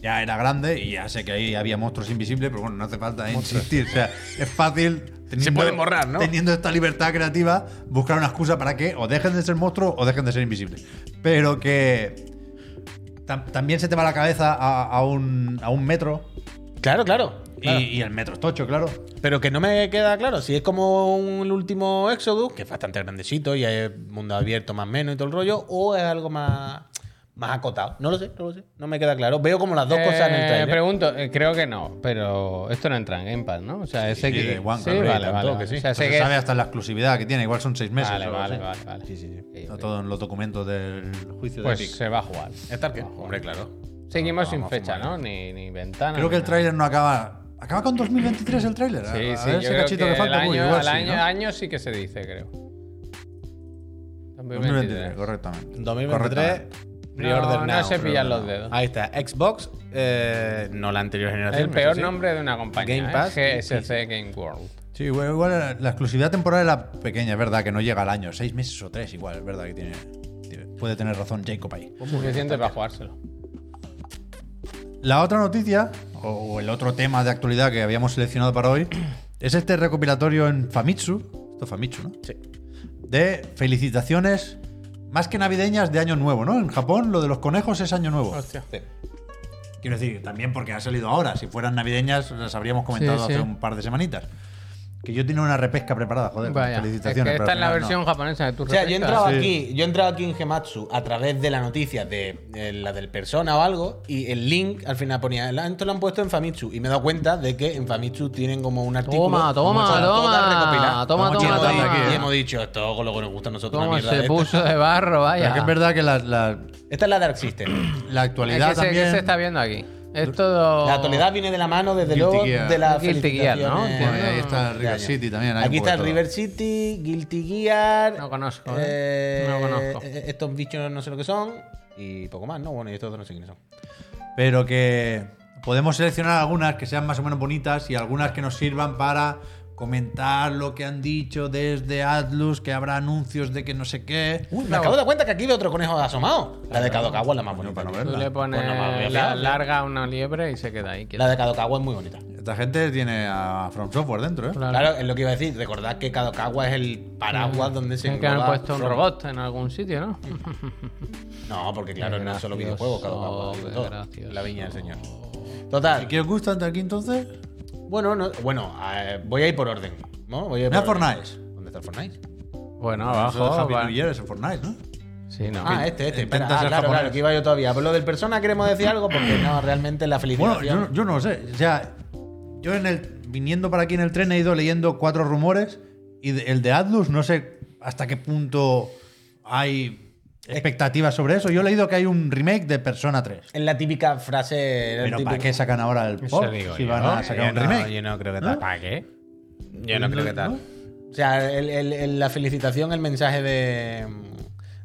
ya era grande y ya sé que ahí había monstruos invisibles, pero bueno, no hace falta insistir. O sea, es fácil. teniendo-
pueden borrar, ¿no?
Teniendo esta libertad creativa, buscar una excusa para que o dejen de ser monstruos o dejen de ser invisibles. Pero que. tam- También se te va la cabeza a, a un, a un metro.
Claro, claro.
y-
claro.
Y, el metro es tocho, claro.
Pero que no me queda claro si es como un- el último Exodus, que es bastante grandecito y es mundo abierto más o menos y todo el rollo, o es algo más, más acotado. No lo sé, no lo sé. No me queda claro. Veo como las dos cosas en el
Eh,
trailer.
Pregunto, eh, creo que no, pero esto no entra en Game Pass, ¿no? O sea, ese
Sí,
que.
de One,
sí,
claro,
vale,
y
vale,
tanto
vale.
que sí.
O sea, sé
Pero
que-
sabe hasta la exclusividad que tiene, igual son seis meses.
Vale,
o algo
vale,
así.
vale, vale.
Sí, sí, sí.
Ok,
Está
ok.
todo en los documentos del juicio de
Pues
Epic.
se va a jugar.
Estar que- Hombre, claro.
Seguimos
Vamos
sin
a
fecha,
fumar.
¿no? Ni, ni ventana.
Creo que
ni
el
nada.
tráiler no acaba. ¿Acaba con 2023 el tráiler? ¿eh? A-
Sí,
a
sí,
ver ese
yo creo que,
cachito que
el
falta.
año,
uy, igual
al
sí,
año,
¿no?
año sí que se dice, creo. pues,
2023, correctamente.
2023.
Correctamente.
No,
Preorder
no
now,
se
preorder
pillan los
now.
dedos.
Ahí está. Xbox, eh, no la anterior generación.
El
eso
peor
sí.
nombre de una compañía.
Game
¿eh?
Pass y
GSC Game World.
Sí, igual, igual la- la exclusividad temporal era pequeña, es verdad, que no llega al año. Seis meses o tres, igual, es verdad que tiene. tiene- Puede tener razón Jacob ahí.
Suficiente para jugárselo.
La otra noticia, o, o el otro tema de actualidad que habíamos seleccionado para hoy, es este recopilatorio en Famitsu. Esto es Famitsu, ¿no?
Sí.
De felicitaciones más que navideñas de Año Nuevo, ¿no? En Japón lo de los conejos es Año Nuevo.
Hostia.
Sí.
Quiero decir, también porque ha salido ahora. Si fueran navideñas, las habríamos comentado
Sí, sí.
hace un par de semanitas. Que yo tenía una repesca preparada, joder. con
Vaya. Es que
felicitaciones. pero
esta es
al
la
final no.
versión japonesa de tu
O sea, yo he entrado
Sí.
aquí, yo he entrado aquí en Gematsu a través de la noticia de, eh, la del persona o algo, y el link al final ponía, "La- esto lo han puesto en Famitsu. Y me he dado cuenta de que en Famitsu tienen como un artículo.
Toma, toma,
con todas
toma,
recopiladas.
toma,
Y hemos
toma,
dicho-
toma.
Y hemos dicho, esto con lo que nos gusta a nosotros. una
Cómo
mierda
se
de esta.
puso de barro,
Pero
vaya.
que es verdad que la, la-
Esta es la Dark System.
la
Es
actualidad
que se, que
también.
se está viendo aquí. Es todo.
La actualidad viene de la mano, desde
Guilty
luego,
Gear.
de la
Guilty Gear, ¿no?
felicitaciones
Entiendo.
ahí está
de
River
año.
City también. hay un
Aquí
poco
está
de todo.
River City, Guilty Gear.
No conozco, ¿eh? No conozco.
eh, Estos bichos no sé lo que son. Y poco más, ¿no? Bueno, y estos dos no sé quiénes son.
Pero que podemos seleccionar algunas que sean más o menos bonitas y algunas que nos sirvan para comentar lo que han dicho desde Atlus, que habrá anuncios de que no sé qué.
Uy, me acabo de dar cuenta que aquí veo otro conejo asomado. La de Kadokawa es la más
Coño, para
bonita.
no
tío.
Tú
verla.
le pones
Pues no me voy a
la,
¿eh?
fiar, ¿no?
larga una liebre y se queda ahí. quieto.
La de Kadokawa es muy bonita.
Esta gente tiene a From Software dentro, ¿eh?
Claro.
Claro, es lo que iba a decir. Recordad que Kadokawa es el paraguas donde se
Es que han
engloba
puesto un
From-
robot en algún sitio, ¿no?
No, porque claro, no es solo
Gracioso,
videojuegos, Kadokawa. es de todo.
gracioso.
La viña del señor. Total.
¿Qué os gusta de aquí entonces?
Bueno, no- bueno, eh, voy a ir por orden. ¿no? Voy a ir
Mira
por orden.
Fortnite.
¿Dónde está el Fortnite?
Bueno,
Eso de
abajo.
Happy
Ah, va-
New Year es en Fortnite, ¿no?
Sí, no.
Ah, este, este. Espera,
Intenta
ah,
ser
claro,
japonés.
claro, que iba yo todavía. Por lo del persona queremos decir algo porque no, realmente la
Bueno,
felicidad.
yo, yo no lo sé. O sea, yo en el, viniendo para aquí en el tren he ido leyendo cuatro rumores y de- el de Atlus no sé hasta qué punto hay expectativas sobre eso. Yo he leído que hay un remake de Persona 3.
en la típica frase. el
Pero ¿para
típico-
qué sacan ahora el
Eso
pop
digo
si
yo.
van a sacar un remake?
yo no creo que
tal.
¿Para qué?
Yo no creo que tal.
¿No?
O sea, el- el- el- la felicitación, el mensaje de,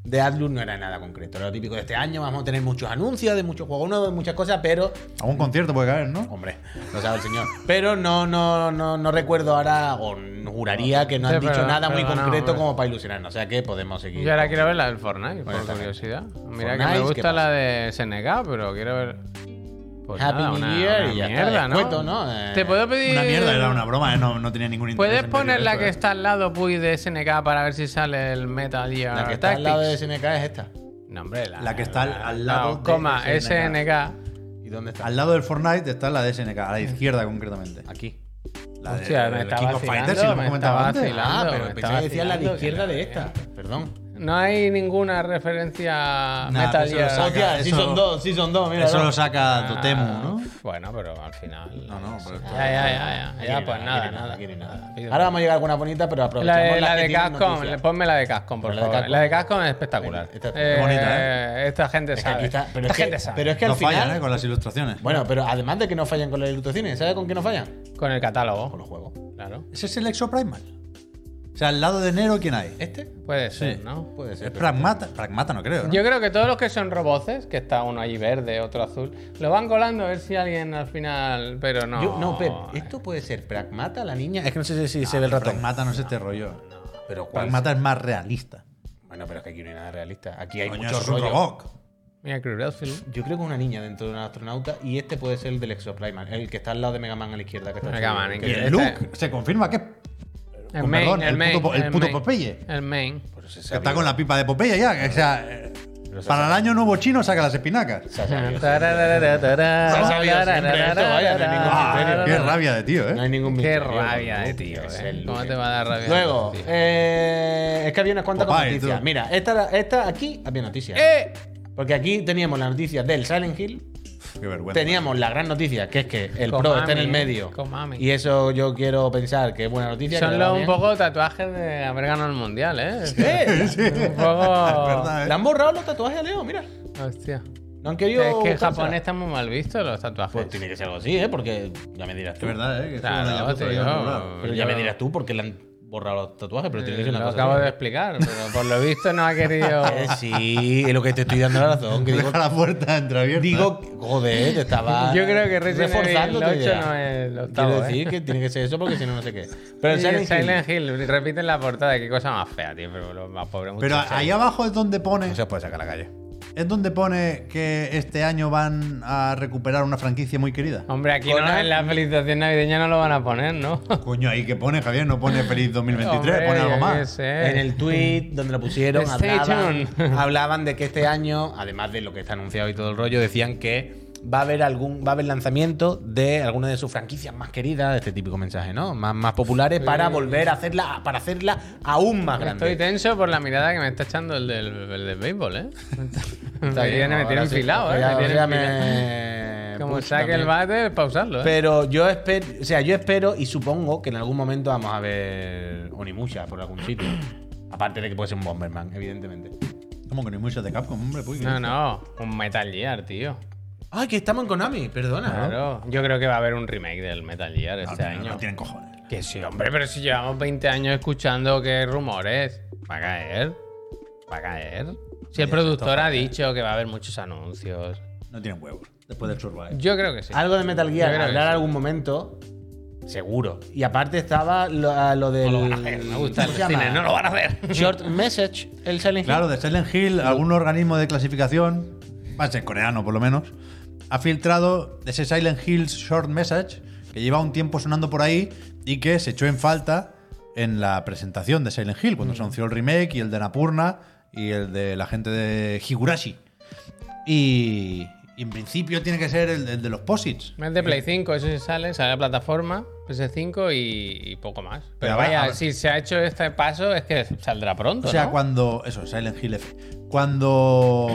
de Atlus no era nada concreto. Era lo típico de este año, vamos a tener muchos anuncios de muchos juegos nuevos, de muchas cosas, pero
Algún concierto puede caer, ¿no?
Hombre, lo sabe el señor. Pero no, no, no, no recuerdo ahora, o juraría que no
Sí,
han dicho
pero-
nada muy
pero no,
concreto
hombre.
como para ilusionarnos. O sea que podemos seguir.
Yo ahora quiero ver la del
Bueno,
Fortnite, por
está bien.
curiosidad.
Fortnite,
Mira que me
¿qué pasa?
gusta la de SNK, pero quiero ver. Pues
Happy
nada,
New
una-
Year
una
y ya está,
mierda, ¿no?
descuento, ¿no? Eh,
Te puedo pedir.
Una mierda, era una broma, ¿eh? no, no tenía ningún interés.
¿Puedes
en ver
poner la
esto,
que
¿eh?
está al lado, Puy, de SNK para ver si sale el Metal Gear
La que está al
Tactics?
lado de SNK es esta.
No, hombre, la,
La que está al- al
la-
lado de
coma,
SNK.
SNK.
¿Y dónde está?
Al lado del Fortnite está la de SNK, a la izquierda concretamente.
Aquí.
La de,
Hostia, me
del
está
King of
vacilando,
Fighters, si lo
me
hemos
está
comentado antes.
vacilando.
Ah,
Hilando,
pero
me
pensaba que decía la de
estaba
izquierda de
hilando,
esta. Perdón.
No hay ninguna referencia a
Nah,
Metal
pero eso lo
Gear.
saca.
Hostia, sí
eso-
son dos, sí son dos, mira.
Eso
no.
lo saca
Ah,
Dotemu, ¿no?
Bueno, pero al final.
No, no,
pues,
pero esto-
Ya, ya, ya, ya.
Aquí
Ya,
ni
pues
aquí
nada,
ni
nada.
aquí ni nada.
Pido-
Ahora vamos a llegar a alguna bonita, pero
La
aprovechamos
de, la
que
de
tienen
Capcom,
noticias.
ponme la de Cascom, por
Pero la de
favor.
Capcom.
La de Cascom es espectacular.
Esta es
Eh,
bonita,
Esta gente
Es que aquí
sabe.
está- pero
Esta
es que-
gente sabe.
pero es que al
no fallan,
final.
¿eh? Con las ilustraciones.
Bueno, pero además de que no fallan con las ilustraciones, ¿sabes con qué no fallan?
Con el
Con
catálogo.
los juegos.
Claro.
¿Ese es el Exo Primal? O sea, al lado de Nero, ¿quién hay?
¿Este?
Puede ser, ¿no?
Puede
Es
ser. pero-
Pragmata. Pragmata no creo, ¿no?
Yo creo que todos los que son roboces, que está uno allí verde, otro azul, lo van colando a ver si alguien al final. Pero no. eh.
Yo- no, Pep, ¿esto puede ser Pragmata, la niña? Es que no sé si se ve el ratón.
Pragmata no es este rollo.
Pero ¿cuál?
Pragmata es más realista.
Bueno, pero es que aquí no hay nada realista. Aquí hay
Coño,
mucho
eso es un
rollo.
robot.
Mira, Cruelfield.
Yo creo que es una niña dentro de un astronauta y este puede ser el del Exoprimal, el que está al lado de Mega Man a la izquierda. Que está
Mega
chulo.
Man,
Que- este
Y
increíble.
el Luke se confirma que es-
El
Con
main,
perdón,
el,
el
main.
puto- el puto
main.
Popeye.
El main.
Pues se
que
sabía.
está con la pipa de Popeye ya. que, O sea, eh, para el año nuevo chino saca las espinacas.
Se sabía.
Tarararara,
sabido siempre
tarararara,
esto, vaya, no hay ningún
tarararara.
Ah, qué rabia de tío,
No hay
¿eh?
ningún
Qué
misterio,
rabia,
¿no?
eh, tío.
Es
eh.
el
¿Cómo
Luke.
te va a dar rabia?
Luego,
tío?
eh, es que había unas cuantas
Popeye,
noticias.
tú.
Mira, esta, esta aquí había noticias. ¿no?
¡Eh!
Porque aquí teníamos la noticia del Silent Hill,
Qué vergüenza.
teníamos la gran noticia, que es que el
Konami,
Pro está en el
eh,
medio.
Konami.
Y eso yo quiero pensar que es buena noticia. que
Son
le va
los un
bien.
poco tatuajes de haber ganado el mundial, ¿eh?
¿Eh?
Un poco.
verdad, ¿eh?
Le han borrado los tatuajes a Leo, mira.
Hostia.
No han querido.
Es que en
buscarse.
Japón está muy mal visto los tatuajes.
Pues tiene que ser algo así, ¿eh? Porque ya me dirás
Es
tú.
verdad, ¿eh? Que es
Claro,
una puta
tío.
que no mola.
Pero ya me dirás tú porque le han borrado los tatuajes, pero tiene que
Eh,
ser una
lo
cosa.
acabo
así.
de explicar, pero por lo visto no ha querido.
Eh, sí, es lo que te estoy dando la razón. Que digo,
Deja la puerta entreabierta. ¿eh?
digo, joder, te estaba.
Yo creo que Resident Evil
reforzándote
8
ya.
no es el octavo.
Quiero
¿eh?
decir que tiene que ser eso porque si no, no sé qué. Pero en
Sí,
Silent, Hill.
repiten la portada, qué cosa más fea, tío, pero lo más pobre.
Pero
muchacho.
ahí abajo es donde pone.
No se puede sacar a la calle.
Es donde pone que este año van a recuperar una franquicia muy querida.
Hombre, aquí
Conan-
no, en la felicitación navideña no lo van a poner, ¿no?
Coño, ahí que pone, Javier, no pone feliz 2023,
Hombre,
pone algo
yo qué
más.
sé.
En el tweet donde lo pusieron,
Stay
hablaban,
tuned.
hablaban de que este año, además de lo que está anunciado y todo el rollo, decían que va a haber algún va a haber lanzamiento de alguna de sus franquicias más queridas, este típico mensaje, ¿no? Más, más populares para volver a hacerla para hacerla aún más grande.
Estoy tenso por la mirada que me está echando el del, el del béisbol, ¿eh?
Está
Está
bien,
bien, me
ahora
tiene
sí,
enfilado, ¿eh?
ya-
Me tiene
ya
enfilado.
me
Como
puse
saque el
también.
bate, pausarlo, ¿eh?
Pero yo espero, o sea, yo espero y supongo que en algún momento vamos a ver Onimusha por algún sitio. Aparte de que puede ser un Bomberman, evidentemente.
Como que no hay muchas de Capcom, hombre. Puy,
No, no, un Metal Gear, tío.
Ay, que estamos en Konami, perdona.
Claro. Yo creo que va a haber un remake del Metal Gear este
no,
año.
no tienen cojones.
Que sí, hombre, pero si llevamos 20 años escuchando que rumores. Va a caer. Va a caer. Si el productor ha dicho que va a haber muchos anuncios.
No tienen huevos.
Después del Survive.
Yo creo que sí.
Algo de Metal Gear,
Yo creo que
hablar
sí.
algún momento. Seguro. Y aparte estaba lo, a lo del.
No lo van a hacer. Me gusta el
¿cómo se llama?
cine. No lo van a hacer.
Short Message, el Silent Hill.
Claro, de Silent Hill, algún organismo de clasificación, va a ser coreano por lo menos, ha filtrado ese Silent Hill Short Message que lleva un tiempo sonando por ahí y que se echó en falta en la presentación de Silent Hill, cuando se anunció el remake y el de Napurna y el de la gente de Higurashi. Y, y en principio tiene que ser el, el de los posits. Eh,
Es de Play 5, eso se sale, sale a plataforma, PS5 y, y poco más.
Pero
Pero, vaya,
habrá-
si se ha hecho este paso, es que saldrá pronto.
O sea,
¿no?
cuando. Eso, Silent Hill F. Cuando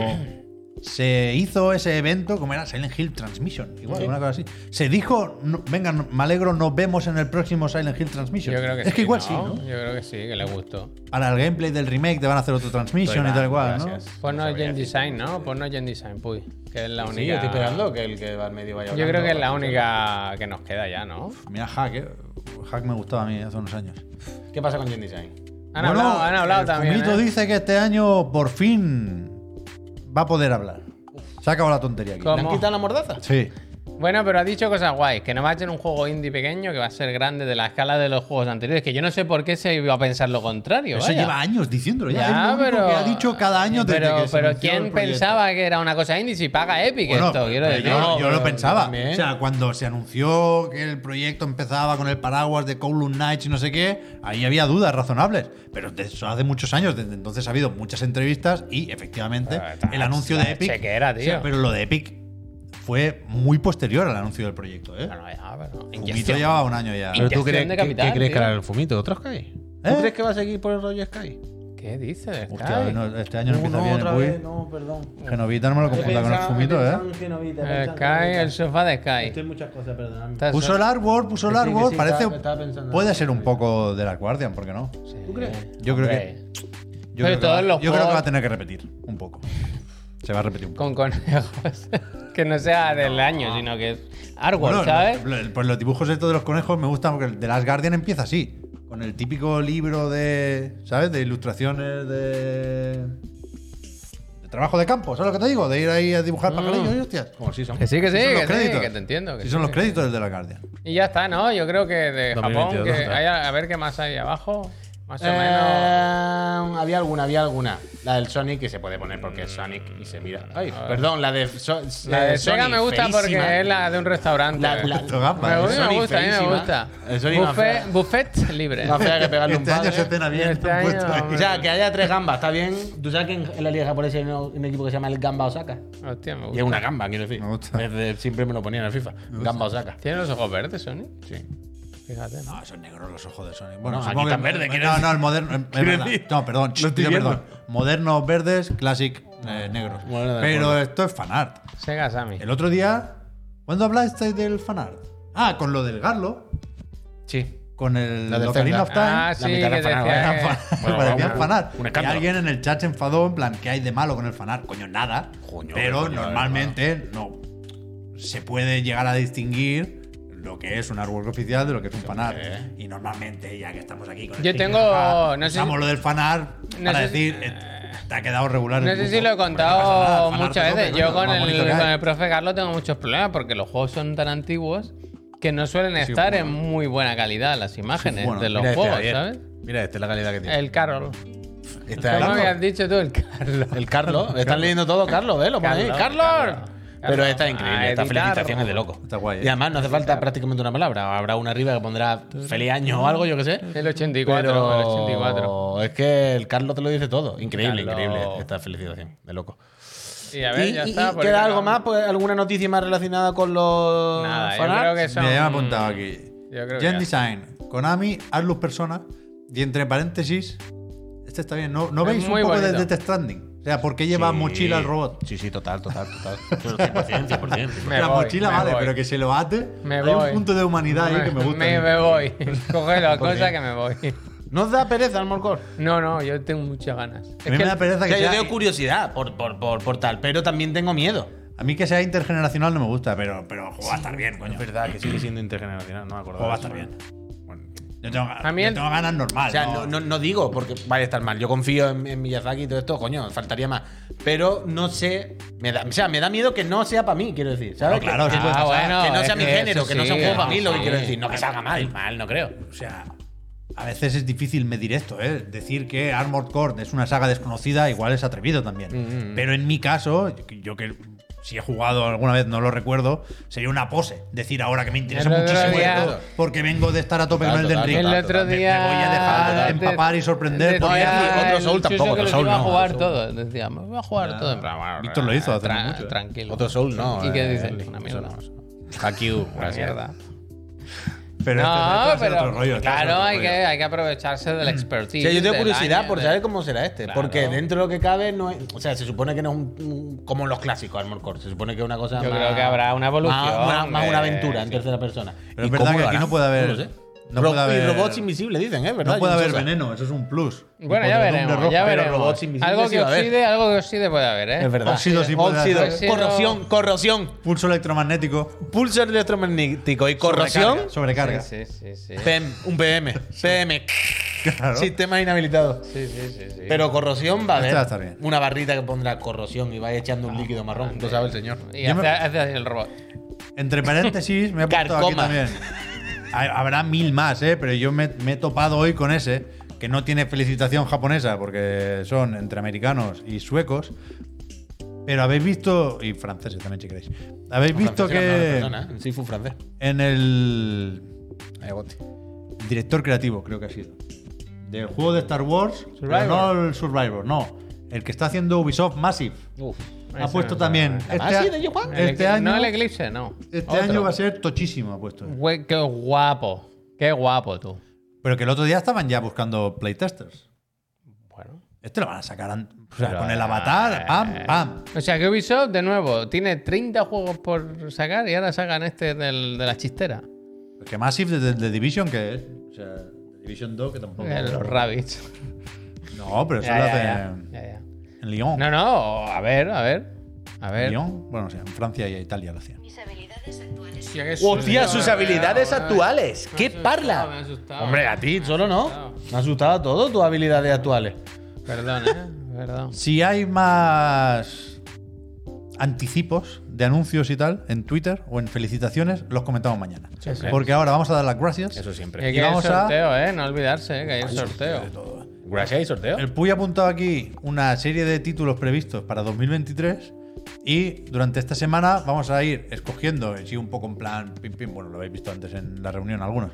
se hizo ese evento, como era Silent Hill Transmission, igual, una cosa así. Se dijo, no- venga, no- me alegro, nos vemos en el próximo Silent Hill Transmission.
Yo creo que
es
sí.
que igual
¿no?
sí, ¿no?
Yo creo que sí, que le gustó.
Para el gameplay del remake te van a hacer otro Transmission y tal y cual, ¿no?
Gracias.
Ponnos
No sabía
Pues Gen
decir.
Design, ¿no? Ponnos Gen Design, puy. Que es la
Sí,
Pues
única.
yo estoy esperando que el que va al medio vaya
Yo creo
hablando.
que es la única que nos queda ya, ¿no?
Mira, Hack, eh. Hack me gustaba a mí hace unos años.
¿Qué pasa con Gen Design?
Han hablado, han hablado
el
también.
Fumito
¿eh?
dice que este año por fin va a poder hablar. Se ha acabado la tontería aquí.
Co-
¿Le han
¿Cómo?
quitado la mordaza?
Sí.
Bueno, pero ha dicho cosas guays, que no va a ser un juego indie pequeño, que va a ser grande de la escala de los juegos anteriores, que yo no sé por qué se iba a pensar lo contrario.
Eso
vaya.
lleva años diciéndolo ya.
Ya,
es lo único
pero-
que ha dicho cada año desde
pero,
que se
pero
anunció el
¿quién
proyecto.
pensaba que era una cosa indie si paga Epic
Bueno,
esto? Quiero
pero
decir.
yo,
No,
yo lo
pero
pensaba.
también.
O sea, cuando se anunció que el proyecto empezaba con el paraguas de Kowloon Knights y no sé qué, ahí había dudas razonables. Pero de eso hace muchos años, desde entonces ha habido muchas entrevistas y efectivamente
Pero Ah, está-
el anuncio de
está
Epic.
chequera, tío.
O sea, pero lo de Epic fue muy posterior al anuncio del proyecto, ¿eh?
Bueno, ya, pero-
Fumito
Inyección.
llevaba un año ya.
Pero tú Inyección crees de que- capital, qué crees que tío. hará
el fumito? ¿Otro Sky?
¿Tú crees
que va a seguir por el rollo Sky?
¿Qué dices?
Hostia,
Kai?
no, este año no empieza
no,
bien.
otra
uy.
vez, no, perdón.
Genovita no me lo confunda con el fumito, ¿eh?
Eh, Sky, el sofá de Sky.
Estoy en muchas cosas, perdonadme.
Estás-
Puso el artwork, puso el
Sí, que sí,
artwork.
estaba-
parece.
estaba pensando en
puede
eso.
ser un poco de la Guardian, ¿por qué no?
Sí.
¿Tú crees?
Yo creo que-
Hombre,
Yo,
Pero
creo que,
todos
va,
los
yo creo que
juegos-
va a tener que repetir un poco. Se va a repetir un poco.
Con conejos. que no sea del año, sino que es Artwork,
Bueno,
¿sabes?
lo- lo- pues los dibujos estos de los conejos me gustan porque el de Last Guardian empieza así. Con el típico libro de. ¿Sabes? De ilustraciones de. de trabajo de campo, ¿sabes lo que te digo? De ir ahí a dibujar pajarillos y hostias.
Como si son.
Que sí, Mm. que sí,
Si son
que,
los
sí,
créditos.
que te entiendo. que
Si
sí,
son los
que-
créditos del de la Guardian.
Y ya está, ¿no? Yo creo que de
2022,
Japón, que
¿no?
hay a, a ver qué más hay abajo. Más o menos.
Eh, había alguna, había alguna. La del Sonic, que se puede poner porque es Sonic y se mira. Ay, perdón, la de, So-
La de
eh,
Sega
Sonic,
me gusta
feísima.
porque es la de un restaurante.
La- la-
Esto gamba,
me,
¿eh?
gusta,
Sony
me gusta, a mí me
feísima.
gusta.
El Sony más
Buffet,
feo.
buffet libre.
Más fea que pegarle un
Este año
padre.
se cena bien.
Este
han
año,
puesto ahí.
O sea, que haya tres gambas, está bien. Tú sabes que en, en la Liga Japonesa hay un, un equipo que se llama el Gamba Osaka.
Hostia, me
Y es
gusta.
una gamba, quiero decir.
Me gusta.
Desde- siempre me lo ponían en el FIFA. Gamba Osaka.
Tiene los ojos verdes, Sony.
Sí.
Fíjate.
No, son negros los ojos de Sonic.
No,
Bueno,
aquí
supongo que
están verdes, quiero
No,
decir.
no, el moderno. es verdad.
decir.
No, perdón.
Lo estoy
pido
viendo.
perdón. Modernos verdes, classic eh, negros.
Bueno, de
Pero
acuerdo.
esto es fanart.
Sega Sammy.
El otro día, ¿cuándo hablaste del fanart? Ah, con lo del Garlo,
Sí.
con el
La del
Ocarina
Zelda.
of Time.
Ah, sí,
La mitad
que
era fanart, ¿eh?
decía que-
Fan-
Bueno,
parecían
vamos,
fanart.
un
Y
escándalo.
alguien en el chat se enfadó, en plan, ¿qué hay de malo con el fanart? Coño, nada.
Coño,
pero
coño,
normalmente no se puede llegar a distinguir lo que es un artwork oficial de lo que es un fanart. Y normalmente, ya que estamos aquí con el
Yo
sticker,
tengo-
ah,
no sé
usamos
si-
lo del fanart
no
para
sé si-
decir, "Eh, te ha quedado regular. el
No sé si
dibujo".
lo he
Pero no pasa nada, el
contado
fanart
muchas
es
veces.
lo
Yo
más
con el,
bonito que
con
hay.
el profe Carlos tengo muchos problemas porque los juegos son tan antiguos que no suelen estar en muy buena calidad las imágenes
bueno,
de los
Mira este,
juegos,
Javier.
¿sabes?
Mira este, la calidad que tiene.
El Carol.
Este,
¿Cómo
Carlos.
habías dicho tú? El Carlos.
El Carlos. Están leyendo todo, Carlos, velo. pon ahí,
Carlos,
¡Carlos!
Carlos.
Pero esta es increíble.
Ah,
esta
editar.
felicitación es de loco.
Está guay, ¿eh?
Y además no hace falta prácticamente una palabra. Habrá una arriba que pondrá feliz año o algo, yo qué sé.
El 84,
Pero
el 84.
Es que el Carlos te lo dice todo. Increíble,
Carlos.
increíble esta felicitación. De loco.
Y a ver,
¿Y,
ya
y-
está.
y
por ahí
queda algo
no-
más? Pues, ¿Alguna noticia más relacionada con los
Nada, yo
fanarts?
creo que son.
Mira, ya me he apuntado aquí.
Yo creo que
Gen
ya.
Design, Konami, Atlus Persona y entre paréntesis, este está bien. ¿No, no
Es
veis un
muy
poco de
bonito.
Death Stranding? O sea, ¿por qué lleva
Sí.
mochila al robot?
Sí, sí, total, total, total. 100%, 100%.
Me
la
voy,
mochila
me
vale,
voy.
pero que se lo ate.
Me
hay
voy.
un punto de humanidad ahí que me gusta.
Me, me voy. Coge las cosas que me voy.
¿Nos da pereza el morcor?
No, no, yo tengo muchas ganas.
a mí me da pereza
O
que
sea, yo
sea-
tengo curiosidad por, por, por, por tal, pero también tengo miedo.
A mí que sea intergeneracional no me gusta, pero, pero juego va a estar bien, coño.
verdad que sigue siendo intergeneracional, no me acuerdo.
Juego va a estar bien. Yo tengo,
A mí
yo
el-
tengo ganas normal.
O sea,
no-
no, no- no digo porque vaya a estar mal. Yo confío en, en Miyazaki y todo esto, coño, faltaría más. Pero no sé. Me da, o sea, me da miedo que no sea para mí, quiero decir. ¿Sabes?
No, Ah, claro,
que,
sí puede
que-
pasar.
Ah, bueno,
que no sea
es
mi
que
género,
eso
que no sea un
sí,
juego para
eso
mí, lo que
sí.
quiero decir. No que salga mal, mal, no creo.
O sea, a veces es difícil medir esto, ¿eh? Decir que Armored Core es una saga desconocida, igual es atrevido también.
Mm-hmm.
Pero en mi caso, yo que- yo que si he jugado alguna vez, no lo recuerdo, sería una pose. Decir ahora que me interesa
El otro
muchísimo
día-
esto, porque vengo de estar a tope con
Total,
el Elden
total,
Ring.
El
total,
otro
Me-
día.
Me voy a dejar
de-
empapar y sorprender. porque-
decía
otro
el
Soul
Chuso
tampoco,
que
otro
los
Soul
iba a
no,
jugar
otro
todo. Decíamos, voy a jugar todo. En plan, bueno,
Víctor lo hizo hace no mucho, ¿eh?
Tranquilo.
Otro Soul no.
¿Y qué
eh,
dice?
Eli,
Una
eso
mierda.
no, eso no. Haikyuu,
Una
gracias.
mierda.
Pero este- este va
No,
a ser
pero.
otro rollo, este va a ser
claro,
otro
hay que,
rollo. Mm.
hay que aprovecharse del expertise.
O sea, yo tengo
del
curiosidad
año,
por
de-
saber cómo será este.
Claro.
Porque dentro de lo que cabe, no es, o sea, se supone que no es un, un- como los clásicos Armor Core. Se supone que es una cosa
Yo
más-
creo que habrá una evolución,
Más, más- más
eh,
una aventura en
sí.
tercera persona.
Pero es
¿Y
verdad
cómo
que
lo
aquí
harán?
no puede haber-
lo sé.
no puede
Ro-
haber-
Y robots invisibles, dicen, ¿eh? ¿Verdad?
No puede haber
Jinchosas.
veneno, eso es un plus.
Bueno,
Y
ya
por el nombre
veremos.
rojo,
Ya
pero
veremos.
robots invisibles
Algo
sí
que
va a haber.
oxide, algo que oxide puede haber, ¿eh?
Es verdad.
Óxido sí puede
Óxido,
haber.
Óxido.
corrosión, corrosión.
Pulso electromagnético.
Pulso electromagnético y corrosión.
Sobrecarga.
Sí, sí, sí. Sí,
PM, un PM. PM.
Claro.
Sistema inhabilitado.
sí, sí. sí, sí.
Pero corrosión
Este
va a haber.
va a estar bien.
Una barrita que pondrá corrosión y va echando un
Ah,
líquido marrón. Lo sabe el señor.
Y
Yo
hace,
me-
hace así el robot.
Entre paréntesis, me he apuntado aquí
Carcoma.
también. Ha- Habrá mil más, ¿eh? pero yo me, me he topado hoy con ese, que no tiene felicitación japonesa, porque son entre americanos y suecos. Pero habéis visto, y franceses también si queréis, habéis visto que
¿eh? Sí, fue un francés.
¿eh?
en el
Ahí bote.
director creativo, creo que ha sido, del juego de Star Wars, pero no el Survivor, no, el que está haciendo Ubisoft Massive,
Uf.
ha puesto también... Este,
¿Ah, sí,
a-
de Yuhan?
El
este
eclipse-
año,
No el eclipse, no.
este
Otro.
año va a ser tochísimo, ha puesto.
Güey, Qué guapo. Qué guapo tú.
Pero que el otro día estaban ya buscando playtesters.
Bueno.
Este lo van a sacar an- o sea, con el
eh,
avatar, pam, pam.
O sea que Ubisoft, de nuevo, tiene 30 juegos por sacar y ahora sacan este del- de la chistera.
Que Massive de, de- de Division, que es. O sea, de Division 2, que tampoco.
Eh, Los rabbits.
No, pero eso
Ya,
lo
ya,
hace
ya,
en-
ya, ya.
en Lyon.
No, no, a ver, a ver. A ver.
Lyon, bueno, o sea, en Francia y en Italia lo hacían.
Mis habilidades actuales.
Hostia, sus habilidades
Bueno,
actuales.
me ha
¡Qué
asustado,
parla!
me ha asustado.
Hombre, a ti solo no. Me ha asustado a todo tus habilidades actuales.
Perdón, eh. Perdón.
Si hay más anticipos de anuncios y tal en Twitter o en felicitaciones, los comentamos mañana. Porque ahora vamos a dar las gracias.
siempre.
Eh,
Y
que hay
vamos a-
sorteo, eh. No olvidarse, eh, que hay sorteo.
Gracias y sorteo.
El Puy ha apuntado aquí una serie de títulos previstos para 2023 y durante esta semana vamos a ir escogiendo, eh, sí, un poco en plan, pim, pim, bueno, lo habéis visto antes en la reunión algunos,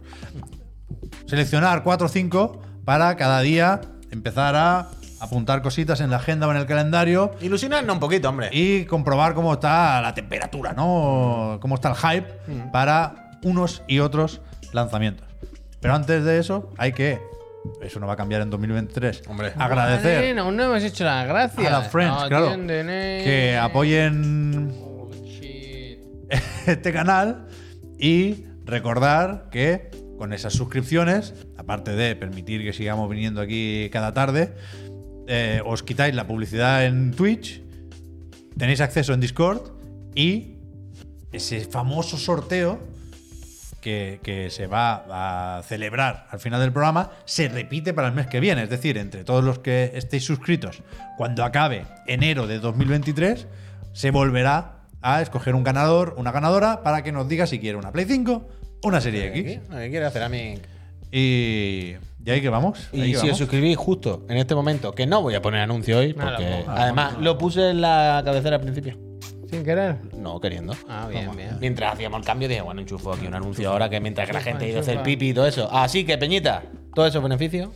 seleccionar 4 o 5 para cada día empezar a apuntar cositas en la agenda o en el calendario
Ilusionarnos un poquito, hombre.
y comprobar cómo está la temperatura, ¿no? Cómo está el hype para unos y otros lanzamientos. Pero antes de eso, hay que Eso no va a cambiar en 2023.
Hombre.
Agradecer
Nena, aún no hemos hecho las gracias.
a las Friends,
No,
claro.
tienen de nena.
Que apoyen
Oh, Shit.
este canal y recordar que con esas suscripciones, aparte de permitir que sigamos viniendo aquí cada tarde, eh, os quitáis la publicidad en Twitch, tenéis acceso en Discord y ese famoso sorteo que, que se va a celebrar al final del programa se repite para el mes que viene. Es decir, entre todos los que estéis suscritos, cuando acabe enero de 2023, se volverá a escoger un ganador, una ganadora, para que nos diga si quiere una Play 5, una serie X.
¿Qué? ¿Qué quiere hacer a mí?
Y, y ahí que vamos. ahí
Y
que
si os
vamos.
suscribís justo en este momento, que no voy a poner anuncio hoy,
Nada,
porque
vamos,
además lo puse en la cabecera al principio.
Sin querer.
No queriendo.
Ah, bien, bien.
Mientras hacíamos el cambio, dije, bueno, enchufo aquí un anuncio ahora que mientras que la
enchufa,
gente ha ido a hacer
enchufa.
pipi y todo eso. Así que, Peñita, todos esos beneficios.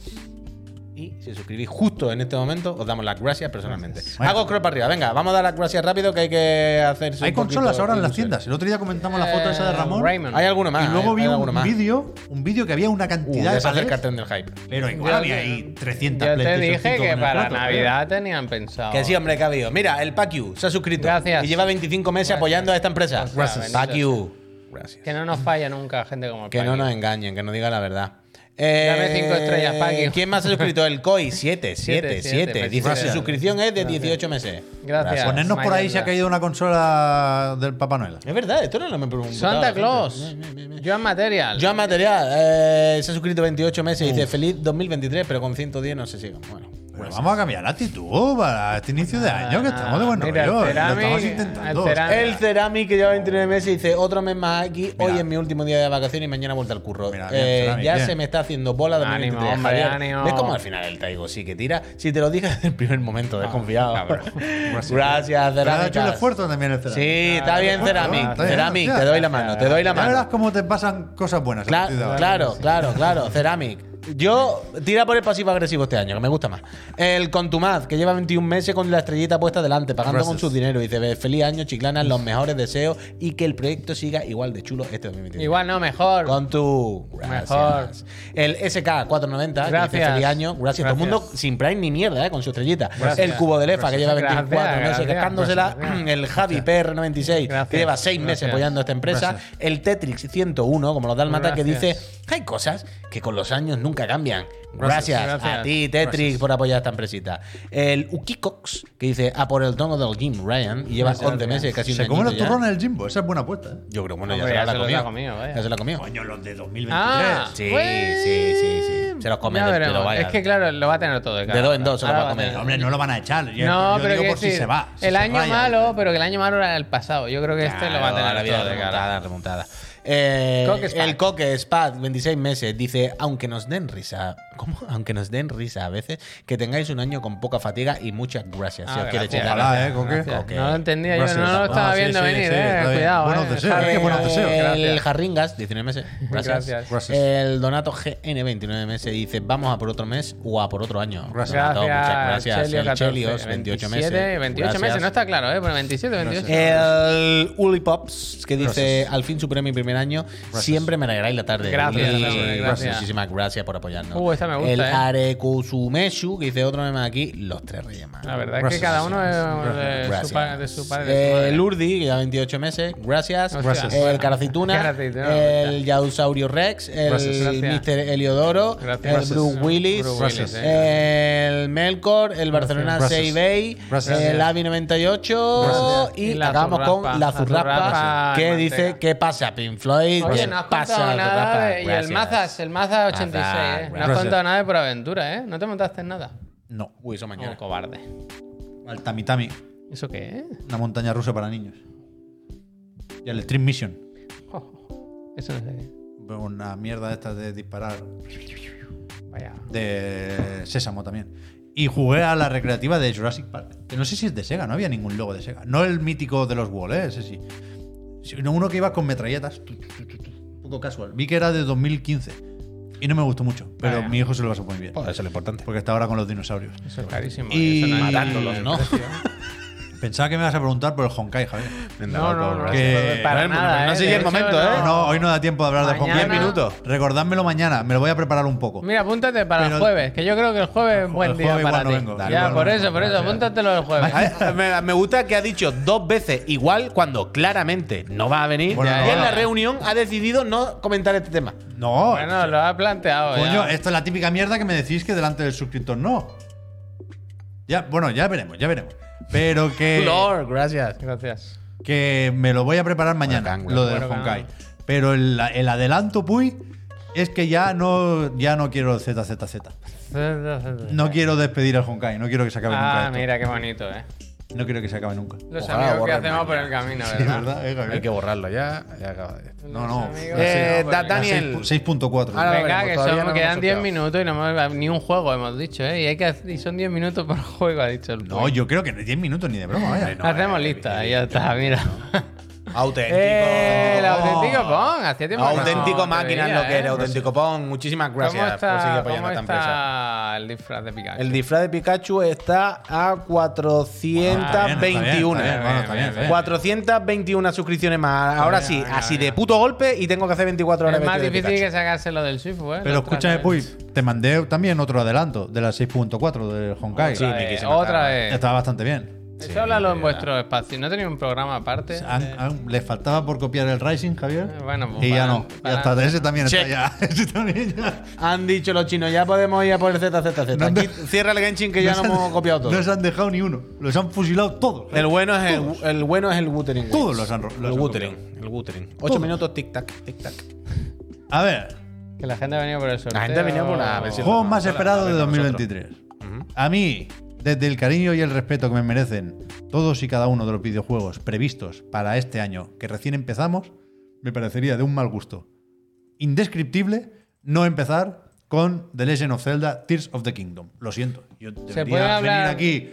Y si os suscribís justo en este momento, os damos las gracias personalmente. Hago scroll para arriba, venga, vamos a dar las gracias rápido que hay que hacer.
Hay consolas ahora en las tiendas. El otro día comentamos la foto esa de
Eh,
Ramón.
Rayman. eh,
Hay alguno más.
Y luego
hay-
vi
hay alguno
un
más.
vídeo, un vídeo que había una
Uh,
cantidad de
deshacer
palets,
cartón del hype.
Pero igual
Yo
había
te-
ahí 300
Yo te
PlayStation
dije
5
que
con el
para
plato,
Navidad tenían pensado.
Que sí, hombre, que ha habido. Mira, el PACU se ha suscrito.
Gracias.
Y lleva 25 meses apoyando a esta empresa.
Gracias.
PACU. Gracias.
Que no nos falla nunca gente como el
Que no
Paqui.
nos engañen, que nos diga la verdad. Eh,
Dame cinco estrellas, Paqui.
¿Quién más se ha suscrito? El COI, 7,
Siete,
7,
siete,
7. Dice,
gracias.
su suscripción es de 18 meses.
Gracias.
Ponernos por ahí si ha
Mayorga.
caído una consola del Papá Noel.
Es verdad, esto no lo me preguntó.
Santa Claus. Joan Material.
Joan Material, eh, se ha suscrito 28 meses y dice, feliz 2023, pero con 110 no se sigan. Bueno.
Pues
Bueno, vamos a cambiar la actitud para este inicio de año que estamos de buen
Ah, Mira,
rollo.
el
eh, Lo
Cerami,
estamos intentando. Eh,
el Cerami.
El Cerami que lleva 29 meses dice otro mes más aquí. Hoy
Mira.
es mi último día de vacaciones y mañana vuelta al curro.
Mira,
Eh,
bien, Cerami,
ya
bien.
se me está haciendo bola de
Ánimo,
2023,
hombre,
Javier.
ánimo.
¿Ves cómo al final el Taigo sí que tira? Si te lo dije desde el primer momento, desconfiado.
cabrón.
Gracias,
Pero ha hecho el
Cerami.
esfuerzo también el Cerami.
Sí, está bien, Ceramic.
está bien,
Ceramic,
gracias.
te doy la mano, te doy la
Ya verás
mano.
cómo te pasan cosas buenas. a
Cla-
partir de ahora.
claro, claro, claro, Ceramic. Yo tira por el pasivo agresivo este año, que me gusta más. El Contumaz, que lleva 21 meses con la estrellita puesta delante, pagando con
Gracias.
su dinero. Y dice, feliz año, chiclana, los mejores deseos y que el proyecto siga igual de chulo este 2023.
Igual no, mejor.
Con tu.
Mejor.
El SK490, que dice
Gracias.
feliz año. Gracias. Todo el mundo
Gracias.
sin Prime ni mierda, ¿eh? Con su estrellita.
Gracias.
El Cubo de Lefa, que lleva
Gracias.
24 meses
Gracias.
gastándosela.
Gracias.
El Javi PR96, que
Gracias.
lleva 6 meses
Gracias.
apoyando a esta empresa.
Gracias.
El Tetrix 101, como los Dálmata, que
Gracias.
dice: hay cosas que con los años nunca cambian. Gracias,
Gracias. Gracias.
a ti, Tetrix, por apoyar a esta empresita. El Ukikox, que dice: a por el tono del Jim Ryan, y lleva 11 meses, casi un
Se come los
añito ya.
turrones el Jimbo. Esa es buena apuesta. ¿eh?
Yo creo, bueno, ya
Hombre,
se la
ya
ha
se los
comido.
ha comido, vaya.
Ya se la ha comido.
Coño, los de 2023.
Ah,
Sí,
pues-
sí, sí, sí. Se los come
Ya
del
veremos.
pelo, vaya.
Es que claro, lo va a tener todo. De, cara.
dos en dos se lo
Ahora
va a comer.
tener-
Hombre, no lo van a echar. Yo, yo
No, pero
digo
quiero
por si
decir,
se va. si
el
se
año
raya.
malo, pero que el año malo era el pasado. Yo creo que este lo va a tener
la vida
todo de cara.
remontada, remontada. Eh,
Coque Spad.
el Coque Spad, 26 meses, dice, aunque nos den risa, ¿cómo? Aunque nos den risa a veces, que tengáis un año con poca fatiga y muchas gracias.
Ah,
si os quiere
gracias.
chingar.
Ojalá, eh, Coque.
Gracias.
Ok.
No lo entendía yo,
Gracias.
no lo estaba
Ah, sí,
viendo
sí,
venir,
sí,
eh.
está bien.
Cuidado,
Buenos
eh.
deseos,
Javi,
qué buenos deseos.
El
Gracias.
Jarringas, 19 meses. Gracias.
Gracias.
Gracias.
El Donato GN, 29 meses, dice: Vamos a por otro mes o a por otro año.
Gracias.
Donato, muchas gracias.
Chelio,
El
14,
Chelios, 28 meses.
27, 28 meses,
Gracias.
no está claro, ¿eh? Pero 27, 28.
El Uli Pops, que dice, al fin superé mi primer año, siempre me alegráis la tarde.
Gracias,
Uli,
gracias, gracias.
Muchísimas gracias por apoyarnos.
Uh, esta me gusta,
El
eh.
Arekusumeshu, que dice otro meme aquí, los tres reyes más.
La verdad es que
Gracias.
cada uno es de
Gracias.
su, pa- de su padre. de su madre.
Eh, El Urdi, que lleva 28 meses, gracias.
Gracias.
El Caracituna,
Caracituna,
el Yausaurio Rex, el
Gracias.
Gracias.
Mr. Heliodoro,
Gracias.
el Bruce Willis,
Bruce Willis, eh,
Gracias.
el Melkor, el Barcelona
Gracias.
6 Bay,
Gracias.
el Avi 98
Gracias.
y,
Y la
acabamos
zurrapa.
con la
La
zurrapa
zurrapa
que
en
dice
manteca.
¿Qué pasa, Pink Floyd?
Oye,
¿Qué
no has contado
pasa,
nada.
zurrapa?
de- y el
Gracias.
Mazas, el Mazas 86,
Mazas,
¿eh? No has
gracias.
contado nada de por aventura, ¿eh? No te montaste en nada.
No.
Uy, eso mañana.
Un cobarde.
Al Tamitami,
¿Eso qué es?
una montaña rusa para niños. Y al Stream Mission.
Oh, eso no sé qué.
Una mierda esta de disparar.
Vaya.
De Sésamo también. Y jugué a la recreativa de Jurassic Park. Que no sé si es de Sega, no había ningún logo de Sega. No el mítico de los Wall, ¿eh? ese sí. Sino uno que iba con metralletas. Tu, tu, tu, tu, tu. Un poco casual. Vi que era de 2015. Y no me gustó mucho. Pero
Vaya.
mi hijo se lo pasó muy bien.
Joder, eso es lo importante.
Porque está ahora con los dinosaurios.
Eso es carísimo.
Y-
eso no hay-
Matándolos, ¿no?
Pensaba que me ibas a preguntar por el Honkai, Javier.
No, no, no.
Que-
para
no,
nada.
no
eh,
sigue el
de
momento,
hecho,
¿eh?
No, hoy no da tiempo de hablar
Mañana-
de Honkai.
Diez
minutos.
Recordádmelo mañana, me lo voy a preparar un poco.
Mira, apúntate para el
Pero-
jueves, que yo creo que el jueves es buen
el
día
jueves
para
igual no
ti.
vengo. Dale,
ya,
igual
por
no
eso,
vengo.
por eso, apúntatelo el jueves.
A- Me, me gusta que ha dicho dos veces igual cuando claramente no va a venir.
Bueno,
y
no,
en la
no.
reunión ha decidido no comentar este tema.
No,
Bueno, lo ha planteado. ya.
coño, esto es la típica mierda que me decís que delante del suscriptor no. Ya, bueno, ya veremos, ya veremos. Pero que.
Lord, Eh, gracias.
Gracias.
que me lo voy a preparar mañana,
Bueno, Kang,
lo del
bueno,
Honkai.
Kang.
Pero el, el adelanto, puy, es que ya no, ya no quiero ZZZ. No quiero despedir al Honkai, no quiero que se acabe nunca.
Ah,
esto.
mira, qué bonito, ¿eh?
No quiero que se acabe nunca.
Los
Ojalá
amigos que
borren
hacemos por el
mañana.
camino,
Sí,
¿verdad?
¿verdad? eh, Gabriel?
Hay que borrarlo ya. ya acaba esto.
No, no.
Los amigos-
Eh,
No,
da-
porque-
Dani- Daniel.
Seis- 6.4.
Ahora
Venga,
veremos,
que
todavía
son-
no lo
quedan
hemos
10
sorteado.
minutos y no hemos ni un juego, hemos dicho, ¿eh? Y, hay que, y son 10 minutos por juego, ha dicho el
no,
Puy.
yo creo que no 10 minutos ni de broma, vaya.
eh,
Hacemos lista, y ya está, mira.
Auténtico.
¡Eh! El auténtico
Oh.
Pong, hacía tiempo que no
Auténtico
te
máquina es
veía,
lo que
¿eh?
era, auténtico Pon. Muchísimas
¿Cómo
gracias por seguir
está,
apoyando
cómo
a esta empresa.
está el disfraz de Pikachu?
El disfraz de Pikachu está a 421.
Está bien, bueno, está bien, está bien.
421 suscripciones más. Ahora sí,
venga,
así
venga.
de puto golpe y tengo que hacer 24 horas
es más
vestido de
difícil que
Pikachu.
sacárselo del Swift, ¿eh?
Pero escúchame, puy, te mandé también otro adelanto de la 6.4 del Honkai. Ah,
Sí, me quise
Otra,
matar.
vez.
Estaba bastante bien.
Eso háblalo en vuestro espacio. ¿No tenéis un programa aparte?
Han- han- le faltaba por copiar el Rising, Javier.
Eh, bueno, pues
y ya
para-
no.
para-
Ya está, ese también está
Che.
ya. Ese también ya.
Han dicho los chinos, ya podemos ir a por el
No,
ZZZ.
no.
Aquí cierra el Genshin que ya
se
no
han-
hemos copiado todo.
No se han dejado ni uno. Los han fusilado todos.
El bueno es el, el bueno es el Wuthering.
Todos
Waves.
los han ro- los
el
han
Wuthering, el Wuthering. 8
Todos.
minutos tic tac, tic tac.
A ver,
Que la gente ha venido por el sorteo.
La gente ha venido por la versión-
juego
no,
más
no, no,
esperado
no,
de
no, nosotros.
2023. A mí, desde el cariño y el respeto que me merecen todos y cada uno de los videojuegos previstos para este año que recién empezamos, me parecería de un mal gusto indescriptible no empezar con The Legend of Zelda Tears of the Kingdom. Lo siento, yo debería
puede
venir
hablar-
aquí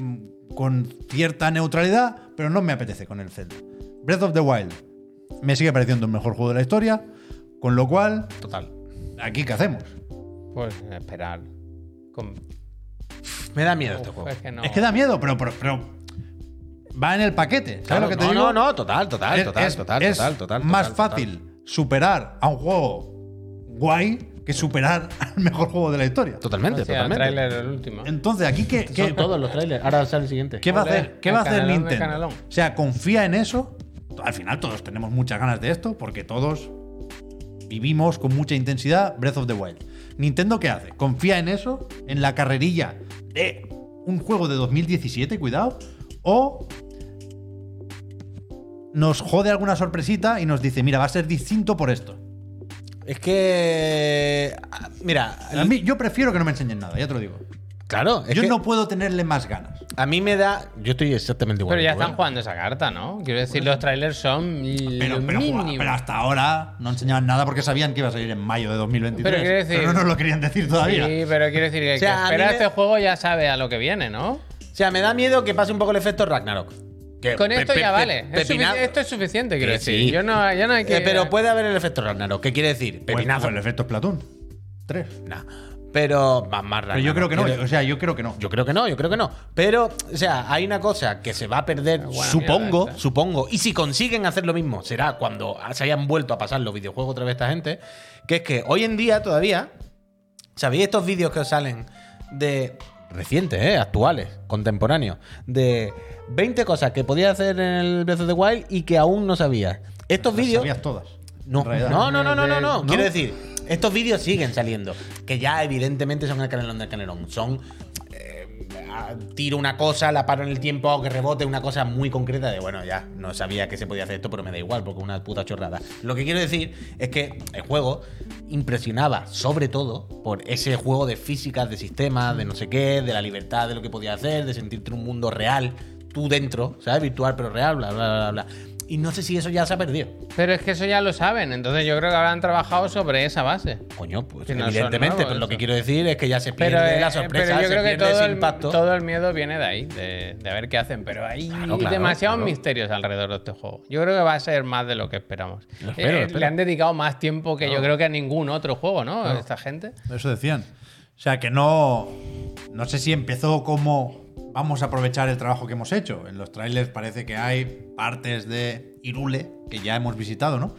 mm, con cierta neutralidad, pero no me apetece con el Zelda. Breath of the Wild me sigue pareciendo el mejor juego de la historia, con lo cual,
Total.
aquí qué hacemos.
Pues esperar. Con-
Me da miedo este
Uf,
juego.
es que no.
Es que da miedo, pero, pero, pero va en el paquete. ¿Sabes
Claro,
lo que te
no,
digo?
no, no, total, total,
Es-
total,
es-
total,
es
total, total.
Más
total, total.
fácil superar a un juego guay que superar al mejor juego de la historia.
Totalmente,
O sea, el
totalmente.
tráiler el último.
Entonces, aquí qué, qué-
Son todos los trailers. Ahora sale el siguiente.
¿Qué va a
Ole,
hacer? ¿Qué
el
va a hacer
canalón de
Nintendo?
canalón.
O sea, confía en eso. Al final todos tenemos muchas ganas de esto porque todos vivimos con mucha intensidad Breath of the Wild. Nintendo qué hace? Confía en eso, en la carrerilla de un juego de 2017, cuidado, o nos jode alguna sorpresita y nos dice, mira, va a ser distinto por esto.
Es que. ah, Mira,
A mí, yo prefiero que no me enseñen nada, ya te lo digo.
claro, es
yo
que
no puedo tenerle más ganas.
a mí me da. Yo estoy exactamente igual.
Pero ya
que tú,
están
¿eh?
jugando esa carta, ¿no? Quiero decir, los trailers son
Pero,
lo
pero,
mínimo.
pero hasta ahora no enseñaban nada porque sabían que iba a salir en mayo de 2023.
Pero quiero decir-
no nos lo querían decir todavía.
Sí, pero quiero decir que el
O sea,
que
a mí
espera
me-
este juego ya sabe a lo que viene, ¿no?
O sea, me da miedo que pase un poco el efecto Ragnarok. Que
Con
pe-
esto
pe-
ya
pe-
vale. Es
pepina-
sufici- esto es suficiente, quiero
Que
decir.
sí.
Yo no, ya no hay que.
Eh, pero puede haber el efecto Ragnarok. ¿Qué quiere decir?
Pues,
Pepinazo.
pues el efecto Platón. Tres.
Nah. Pero más, más
Pero yo creo
Ragnarok.
que no.
Quiero-
O sea, yo creo que no.
Yo creo que no, yo creo que no. Pero, o sea, hay una cosa que se va a perder,
buena
supongo,
mierda esta.
supongo. Y si consiguen hacer lo mismo, será cuando se hayan vuelto a pasar los videojuegos otra vez esta gente. Que es que hoy en día todavía, ¿sabéis estos vídeos que os salen de recientes, eh, actuales, contemporáneos? De 20 cosas que podías hacer en el Breath of the Wild y que aún no sabías. Estos
Las
vídeos
sabías todas.
no,
en realidad.
no, no, no, no, no, no.
¿No?
Quiero decir, estos vídeos siguen saliendo. Que ya evidentemente son el canelón del canelón. Son. eh, ah, tiro una cosa, la paro en el tiempo, hago que rebote, una cosa muy concreta de bueno, ya, no sabía que se podía hacer esto, pero me da igual, porque es una puta chorrada. Lo que quiero decir es que el juego impresionaba, sobre todo, por ese juego de físicas, de sistemas, de no sé qué, de la libertad de lo que podía hacer, de sentirte en un mundo real, tú dentro, ¿sabes? Virtual, pero real, bla, bla, bla, bla. Y no sé si eso ya se ha perdido.
Pero es que eso ya lo saben, entonces yo creo que habrán trabajado sobre esa base.
Coño, pues
Que no son
evidentemente,
nuevos,
pero lo que
eso.
quiero decir es que ya se pierde
Pero, eh,
la sorpresa,
pero yo
se
creo que
pierde
todo
ese
el,
impacto.
todo el miedo viene de ahí, de, de a ver qué hacen. Pero hay
claro,
demasiados
claro.
misterios alrededor de este juego. Yo creo que va a ser más de lo que esperamos.
espero,
Eh,
lo espero.
Le han dedicado más tiempo que yo creo que a ningún otro juego, ¿no? Esta gente.
Eso decían. O sea, que no. No sé si empezó como vamos a aprovechar el trabajo que hemos hecho. En los trailers parece que hay partes de Irule que ya hemos visitado, ¿no?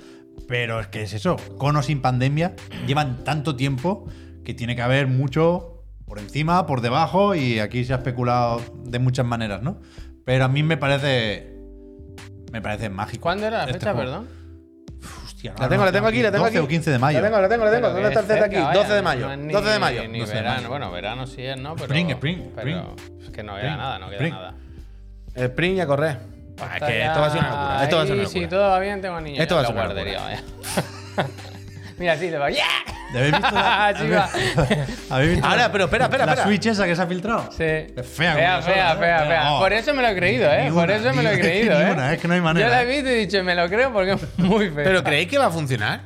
Pero es que es eso, con o sin pandemia, llevan tanto tiempo que tiene que haber mucho por encima, por debajo, y aquí se ha especulado de muchas maneras, ¿no? Pero a mí me parece. Me parece mágico.
¿Cuándo era la
este
fecha,
juego.
perdón?
Hostia, no,
La tengo,
no,
la tengo aquí, la tengo
12
aquí.
o 15 de mayo.
La tengo, la tengo, la tengo.
Pero
¿Dónde está
que
el
es
Z
cerca,
aquí?
vaya,
12 de
no
mayo.
es ni-
12 de mayo.
Ni
12 de
verano.
mayo.
Bueno, verano sí es, ¿no? Pero,
Spring, spring,
pero es que no queda
spring,
nada, no queda
spring.
nada.
Sprint y a correr.
Ah, es que esto va a ser una locura. Esto va a ser una
Sí,
locura.
todo va bien, tengo niños.
Esto
ya
va a
en la
ser una
guardería, vaya. Mira, sí, te va. ¡Yeah!
¿De ¿Habéis visto la,
Así Ah, va.
¿habéis visto
Ahora,
la-
pero espera, espera,
la
espera.
Switch esa que se ha filtrado?
Sí.
fea,
Fea, fea,
como
fea,
nosotros,
fea,
¿eh? No.
Por eso me lo he creído, ¿eh?
Ni
Por
una,
eso me lo he
ni- es que
creído,
ni
¿eh?
una, es que no hay manera.
Yo la he visto y he dicho, me lo creo porque es muy feo.
¿Pero creéis que va a funcionar?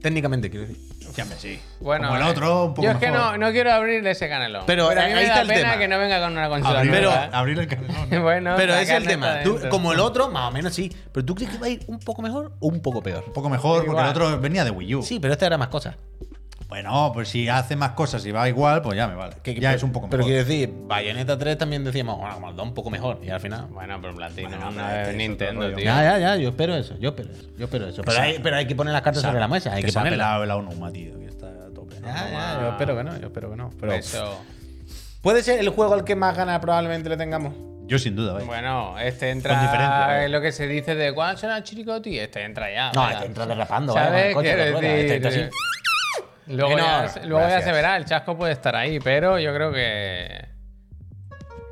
Técnicamente, quiero decir.
Ya me sí.
bueno, eh,
Como el otro, un poco
Yo es que
mejor. eh,
no, no quiero abrirle ese canelón.
Pero
a mí
ahí
me
está
da
el
pena
tema.
que no eh. venga con una consola.
Abrir,
Pero-
nueva.
abrir el canelón.
bueno,
Pero
la
ese es el
carne está
tema. Tú,
dentro.
como el otro, más o menos sí. Pero tú crees que va a ir un poco mejor o un poco peor.
Un poco mejor, porque el
Igual.
otro venía de Wii U.
Sí, pero este hará más cosas.
Bueno, pues si hace más cosas y va igual, pues ya me vale.
Que-
ya
pero-
es un poco mejor.
Pero quiero decir, Bayonetta 3 también decíamos, bueno, como lo da un poco mejor. Y al final.
Bueno, pero Platino no es Nintendo, tío.
Ya, ya, ya, yo espero eso, yo espero eso, yo espero eso. Pero hay, pero hay que poner las cartas sobre la mesa, hay que,
que se ha
ponerlas.
pelado el A1 tío, que está a tope. ¿no?
Ya, ya, yo espero que no, yo espero que no. Pero
Eso.
puede ser el juego al que más ganas probablemente le tengamos.
Yo sin duda,
Pues
vaya.
Bueno, este
Con diferencia,
entra
vaya.
en lo que se dice de ¿cuándo será el chiricoti? Este entra ya.
No,
vaya.
este entra derrapando, vaya, con el
¿Sabes?
coche,
Quiero
con la rueda,
decir,
este entra así.
Luego,
Que no,
ya,
no,
luego ya se
gracias.
verá, el chasco puede estar ahí, pero yo creo que.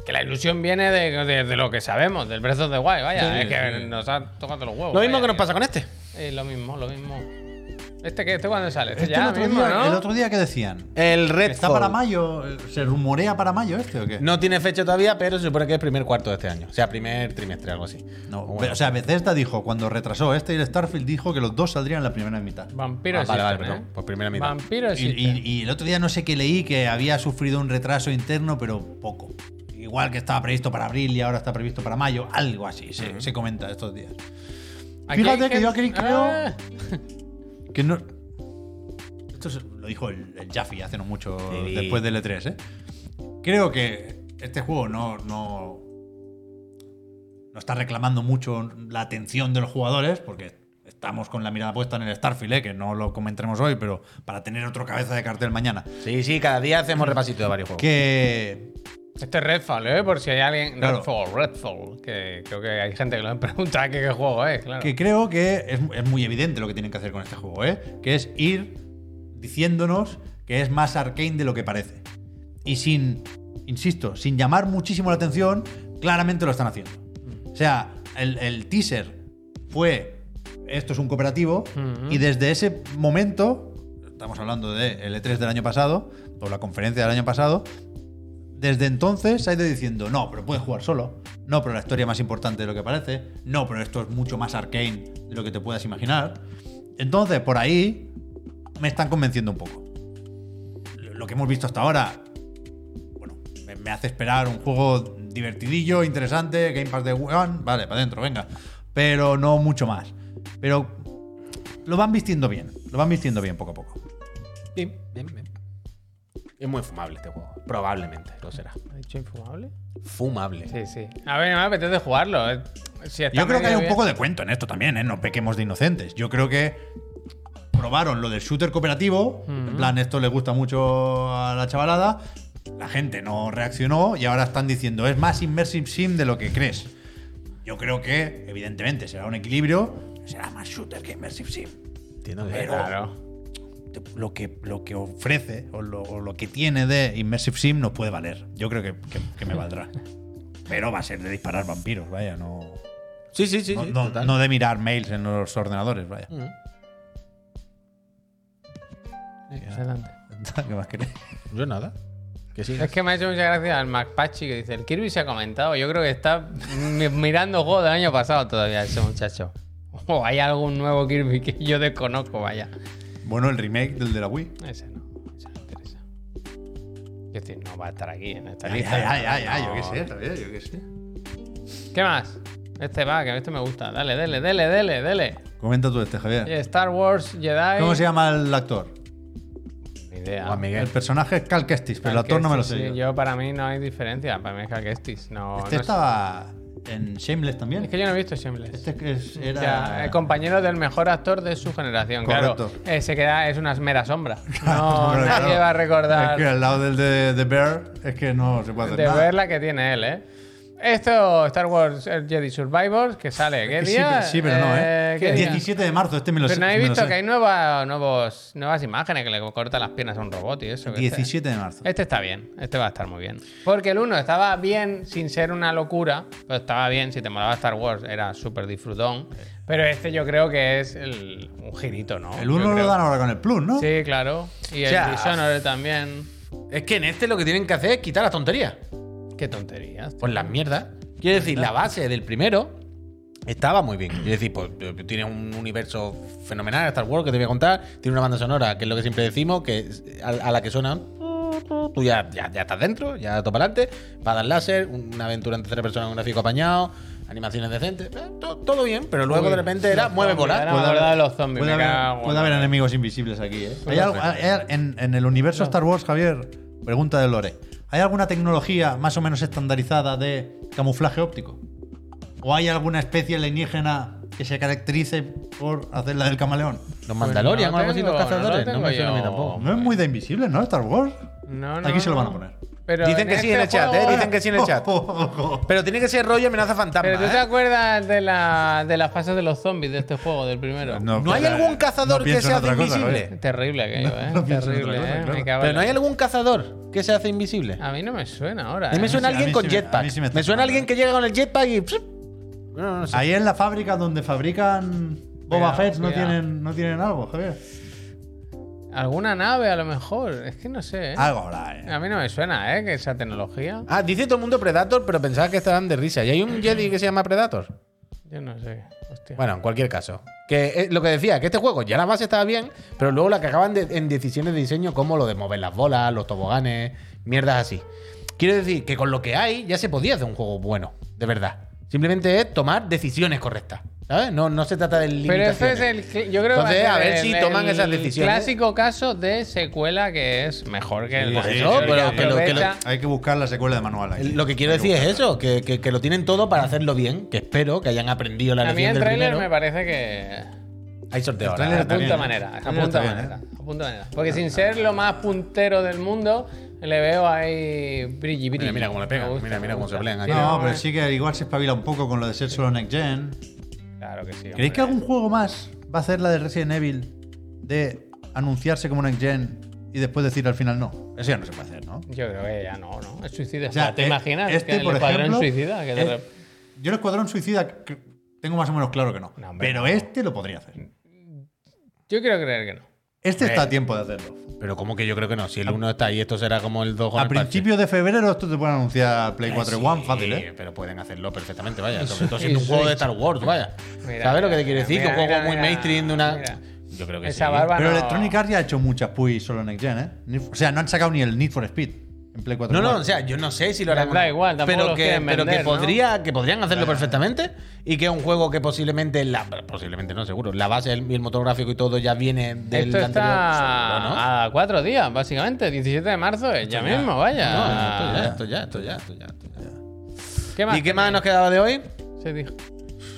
Que la ilusión viene de, de- de lo que sabemos, del Breath of the Wild, vaya. es que nos ha tocado los huevos.
Lo mismo
vaya,
que nos pasa con este.
Eh, lo mismo, lo mismo. ¿Este qué? ¿Este cuándo sale? Este,
Este
ya
el, otro
mismo,
día,
¿no?
el otro día que decían.
El
¿Está para
Redfall
mayo? ¿Se rumorea para mayo este o qué?
no tiene fecha todavía, pero se supone que es primer cuarto de este año. O sea, primer trimestre, algo así.
No,
Bueno.
pero, o sea, Bethesda dijo, cuando retrasó este y el Starfield, dijo que los dos saldrían en la primera mitad.
Vampiro
Ah, vale, vale,
System,
perdón.
¿eh?
Pues primera mitad.
Vampiro
Y,
System.
y- y el otro día no sé qué leí que había sufrido un retraso interno, pero poco. Igual que estaba previsto para abril y ahora está previsto para mayo, algo así, se, se comenta estos días.
Aquí hay
Fíjate que
gente-
yo aquí creo-
Ah.
Que no. Esto se- lo dijo el, el Jaffe hace no mucho
Sí.
después del E3, ¿eh? Creo que este juego no, no. No está reclamando mucho la atención de los jugadores, porque estamos con la mirada puesta en el Starfield, ¿eh? que no lo comentaremos hoy, pero para tener otro cabeza de cartel mañana.
Sí, sí, cada día hacemos repasito de
Oh.
varios juegos.
Que.
Este es Redfall, ¿eh? Por si hay alguien.
Claro.
Redfall, Redfall. Que creo que hay gente que lo pregunta que qué juego es, claro.
que creo que es, es muy evidente lo que tienen que hacer con este juego, ¿eh? Que es ir diciéndonos que es más arcane de lo que parece. Y sin, insisto, sin llamar muchísimo la atención, claramente lo están haciendo. O sea, el, el teaser fue, esto es un cooperativo, y desde ese momento, estamos hablando del E3 del año pasado, o la conferencia del año pasado, desde entonces ha ido diciendo, no, pero puedes jugar solo. No, pero la historia es más importante de lo que parece. No, pero esto es mucho más arcane de lo que te puedas imaginar. Entonces, por ahí me están convenciendo un poco. Lo lo que hemos visto hasta ahora, bueno, me, me hace esperar un juego divertidillo, interesante, Game Pass de One, vale, para adentro, venga. Pero no mucho más. Pero lo van vistiendo bien, lo van vistiendo bien poco a poco.
Bien, bien, bien. Es muy fumable este juego. Probablemente lo será.
¿Ha dicho infumable?
Fumable.
Sí, sí. A ver, me apetece jugarlo. eh. Si está
Yo creo que hay
medio
un
bien-
poco de cuento en esto también, ¿eh? No pequemos de inocentes. Yo creo que probaron lo del shooter cooperativo. En plan, esto le gusta mucho a la chavalada. La gente no reaccionó y ahora están diciendo es más immersive sim de lo que crees. Yo creo que, evidentemente, será un equilibrio. Será más shooter que immersive sim.
Entiendo que
Claro.
Lo que, lo que ofrece o lo, o lo que tiene de immersive sim nos puede valer. Yo creo que, que- que me valdrá. Pero va a ser de disparar vampiros, vaya, no.
Sí, sí, sí.
No,
sí,
no-
total.
no de mirar mails en los ordenadores, vaya.
Adelante.
¿Qué más queréis?
Yo nada. Que sí.
Es que me ha hecho mucha gracia al MacPachi que dice: El Kirby se ha comentado. Yo creo que está mi- mirando juegos del año pasado todavía, ese muchacho. O hay algún nuevo Kirby que yo desconozco, vaya.
Bueno, el remake del de la Wii.
Ese no, ese no interesa. Es decir, no va a estar aquí en esta
Ay,
lista.
ay, ay, ay,
No.
yo qué sé, también, yo qué sé.
¿Qué más? Este va, que este me gusta. Dale, dale, dale, dale, dale. Eh,
Comenta tú este, Javier.
Star Wars Jedi.
¿Cómo se llama el actor?
Ni idea.
Juan Miguel.
El personaje es Cal Kestis, pero el actor no me lo
Sí,
sé.
sí,
yo.
yo para mí no hay diferencia. Para mí es Calquestis. No,
este
no es-
estaba en Shameless también.
es que yo no he visto Shameless.
Este que es-
O
era.
sea, el compañero del mejor actor de su generación.
Correcto.
Claro, eh, se queda, es una mera sombra. No,
Hombre,
nadie
claro.
va a recordar
Es que al lado del de, de Bear es que no se puede hacer
de
nada.
ver la que tiene él, ¿eh? Esto, Star Wars eh, Jedi Survivors, que sale. ¿Qué
Que sí,
día?
pero- sí, pero no, ¿eh?
¿qué
El
día?
17 de marzo, este me lo sé.
Pero no he
me lo
visto
sé.
que hay nueva- nuevos, nuevas imágenes que le corta las piernas a un robot y eso. que este-
17 de marzo.
Este está bien, este va a estar muy bien. Porque el 1 estaba bien sin ser una locura, pero estaba bien, si te molaba Star Wars era súper disfrutón. Pero este yo creo que es el- un girito, ¿no?
El
Yo
1 lo
creo.
dan ahora con el Plus, ¿no?
Sí, claro. Y el
sea, ah.
Dishonored también.
Es que en este lo que tienen que hacer es quitar las tonterías.
Qué tonterías. tío.
Pues las mierdas. Quiero decir, la base del primero estaba muy bien. Quiero decir, pues tiene un universo fenomenal, Star Wars, que te voy a contar. Tiene una banda sonora, que es lo que siempre decimos, que es- a, a la que suena. Tú ya, ya, ya estás dentro, ya topa adelante. Padas láser, una aventura en tercera persona con un gráfico apañado, animaciones decentes. eh, to- todo bien, pero luego
Uy,
de repente era
los
mueve
zombies,
bola.
ahora me acordaba de los zombies.
Puede
me
haber,
cago en
puede
la
haber
leche.
enemigos invisibles aquí, ¿eh? ¿Hay
No
algo-
sé.
hay- en, en el universo Star Wars, Javier, pregunta de Lore. ¿Hay alguna tecnología más o menos estandarizada de camuflaje óptico? ¿O hay alguna especie alienígena que se caracterice por hacer la del camaleón?
Los
Pues
Mandalorian
no
o algo así, los
tengo, no lo
cazadores. No,
tengo
me suena a mí
yo.
tampoco.
No es muy de invisible, ¿no? Star Wars.
No, no,
Aquí se lo van a
no.
poner.
Pero
Dicen que sí en el
este
chat, ¿eh?
juego-
Dicen que sí en el chat. Pero tiene que ser rollo amenaza fantasma.
Pero tú te
¿eh?
acuerdas de la, de la fase de los zombies de este juego, del primero.
¿No hay
claro,
algún cazador
no
que
pienso en
sea
otra cosa,
invisible?
Javier.
Terrible aquello, ¿eh?
no pienso en
Terrible,
otra cosa,
¿eh?
claro.
Me cago en
Pero no
la
hay algún cazador que se hace invisible.
A mí no me suena ahora.
A mí me
¿eh?
suena
sí, a
alguien
mí
con
sí me- a
jetpack.
mí
Me,
sí me está
suena
sonando.
alguien que llega con el jetpack y. No, no sé.
Ahí en la fábrica donde fabrican Boba
Cuidado,
Fett no
cuidado.
tienen, no tienen algo, Javier.
Alguna nave, a lo mejor. Es que no sé, ¿eh?
Algo habrá, eh.
A mí no me suena, ¿eh? Que esa tecnología.
Ah, dice todo el mundo Predator, pero pensaba que estaban de risa. ¿Y hay un Jedi que se llama Predator?
Yo no sé. Hostia.
Bueno, en cualquier caso. Que eh, lo que decía, que este juego ya la base estaba bien, pero luego la cagaban de- en decisiones de diseño como lo de mover las bolas, los toboganes, mierdas así. Quiero decir que con lo que hay ya se podía hacer un juego bueno, de verdad. Simplemente es tomar decisiones correctas, ¿sabes? No, no se trata del
Pero ese es el. cl- Yo creo que va
Entonces,
ser
a ver
el-
si toman
el
esas decisiones.
clásico caso de secuela que es mejor que el.
Por
anterior,
eso,
que
pero- pero que lo-
aprovecha-
Hay que buscar la secuela de manual. aquí.
Lo que quiero decir es eso, que, que- que lo tienen todo para hacerlo bien, que espero que hayan aprendido la
A mí
lección
el
del
tráiler
primero.
me parece que.
Hay sorteo ahora,
tráiler
¿eh?
está
apunta
bien, ¿eh?
manera,
Está bien,
apunta
está bien,
manera, apunta manera. Porque sin ser lo más puntero del mundo, le veo ahí brilli, brilli.
Mira, mira cómo le pega,
Me gusta,
mira, mira
me
cómo se
gusta.
pelean aquí.
Sí,
No,
no,
pero
eh.
sí que igual se espabila un poco con lo de ser solo Next Gen.
Claro que sí. hombre.
¿Creéis que algún juego más va a hacer la de Resident Evil de anunciarse como Next Gen y después decir al final no? Eso ya no se puede hacer, ¿no?
Yo creo que ya no, ¿no? Es suicida.
O sea,
¿te
eh,
imaginas?
este,
que el
por
escuadrón
ejemplo,
suicida. Que de
eh,
rep-
Yo el Escuadrón Suicida cre- tengo más o menos claro que no.
No, hombre,
pero
no.
este lo podría hacer.
Yo quiero creer que no.
Este está a tiempo de hacerlo.
Pero como que yo creo que no, si el 1 está ahí, esto será como el 2 con
A
el parche.
principios de febrero esto te pueden anunciar Play 4 y One
Sí,
fácil, ¿eh?
Pero pueden hacerlo perfectamente, vaya.
Y
Sobre todo
Switch,
siendo un
y
juego de
Switch.
Star Wars, vaya.
Mira,
¿Sabes lo
mira,
que te quiero decir?
mira,
que un juego
mira,
muy
mira.
mainstream de una.
Mira.
Yo creo que
Esa
sí.
barba
Pero
no.
Electronic Arts ya ha hecho muchas puy solo en Next Gen, ¿eh? Need- O sea, no han sacado ni el Need for Speed en Play 4.
No, no, o sea, yo no sé si lo harán.
Da
o no,
igual, tampoco
pero
los
que,
quieren
pero que
vender, ¿no?
podría, que podrían hacerlo perfectamente y que es un juego que posiblemente, la, posiblemente no, seguro, la base el- y el motor gráfico y todo ya viene del
Esto está
anterior. seguro, ¿no?
a cuatro días, básicamente. 17 de marzo, es ya, mismo, vaya.
No, esto ya, esto ya, esto ya, esto ya, esto
¿Qué
ya.
más?
¿Y qué más nos quedaba de hoy?
Se dijo.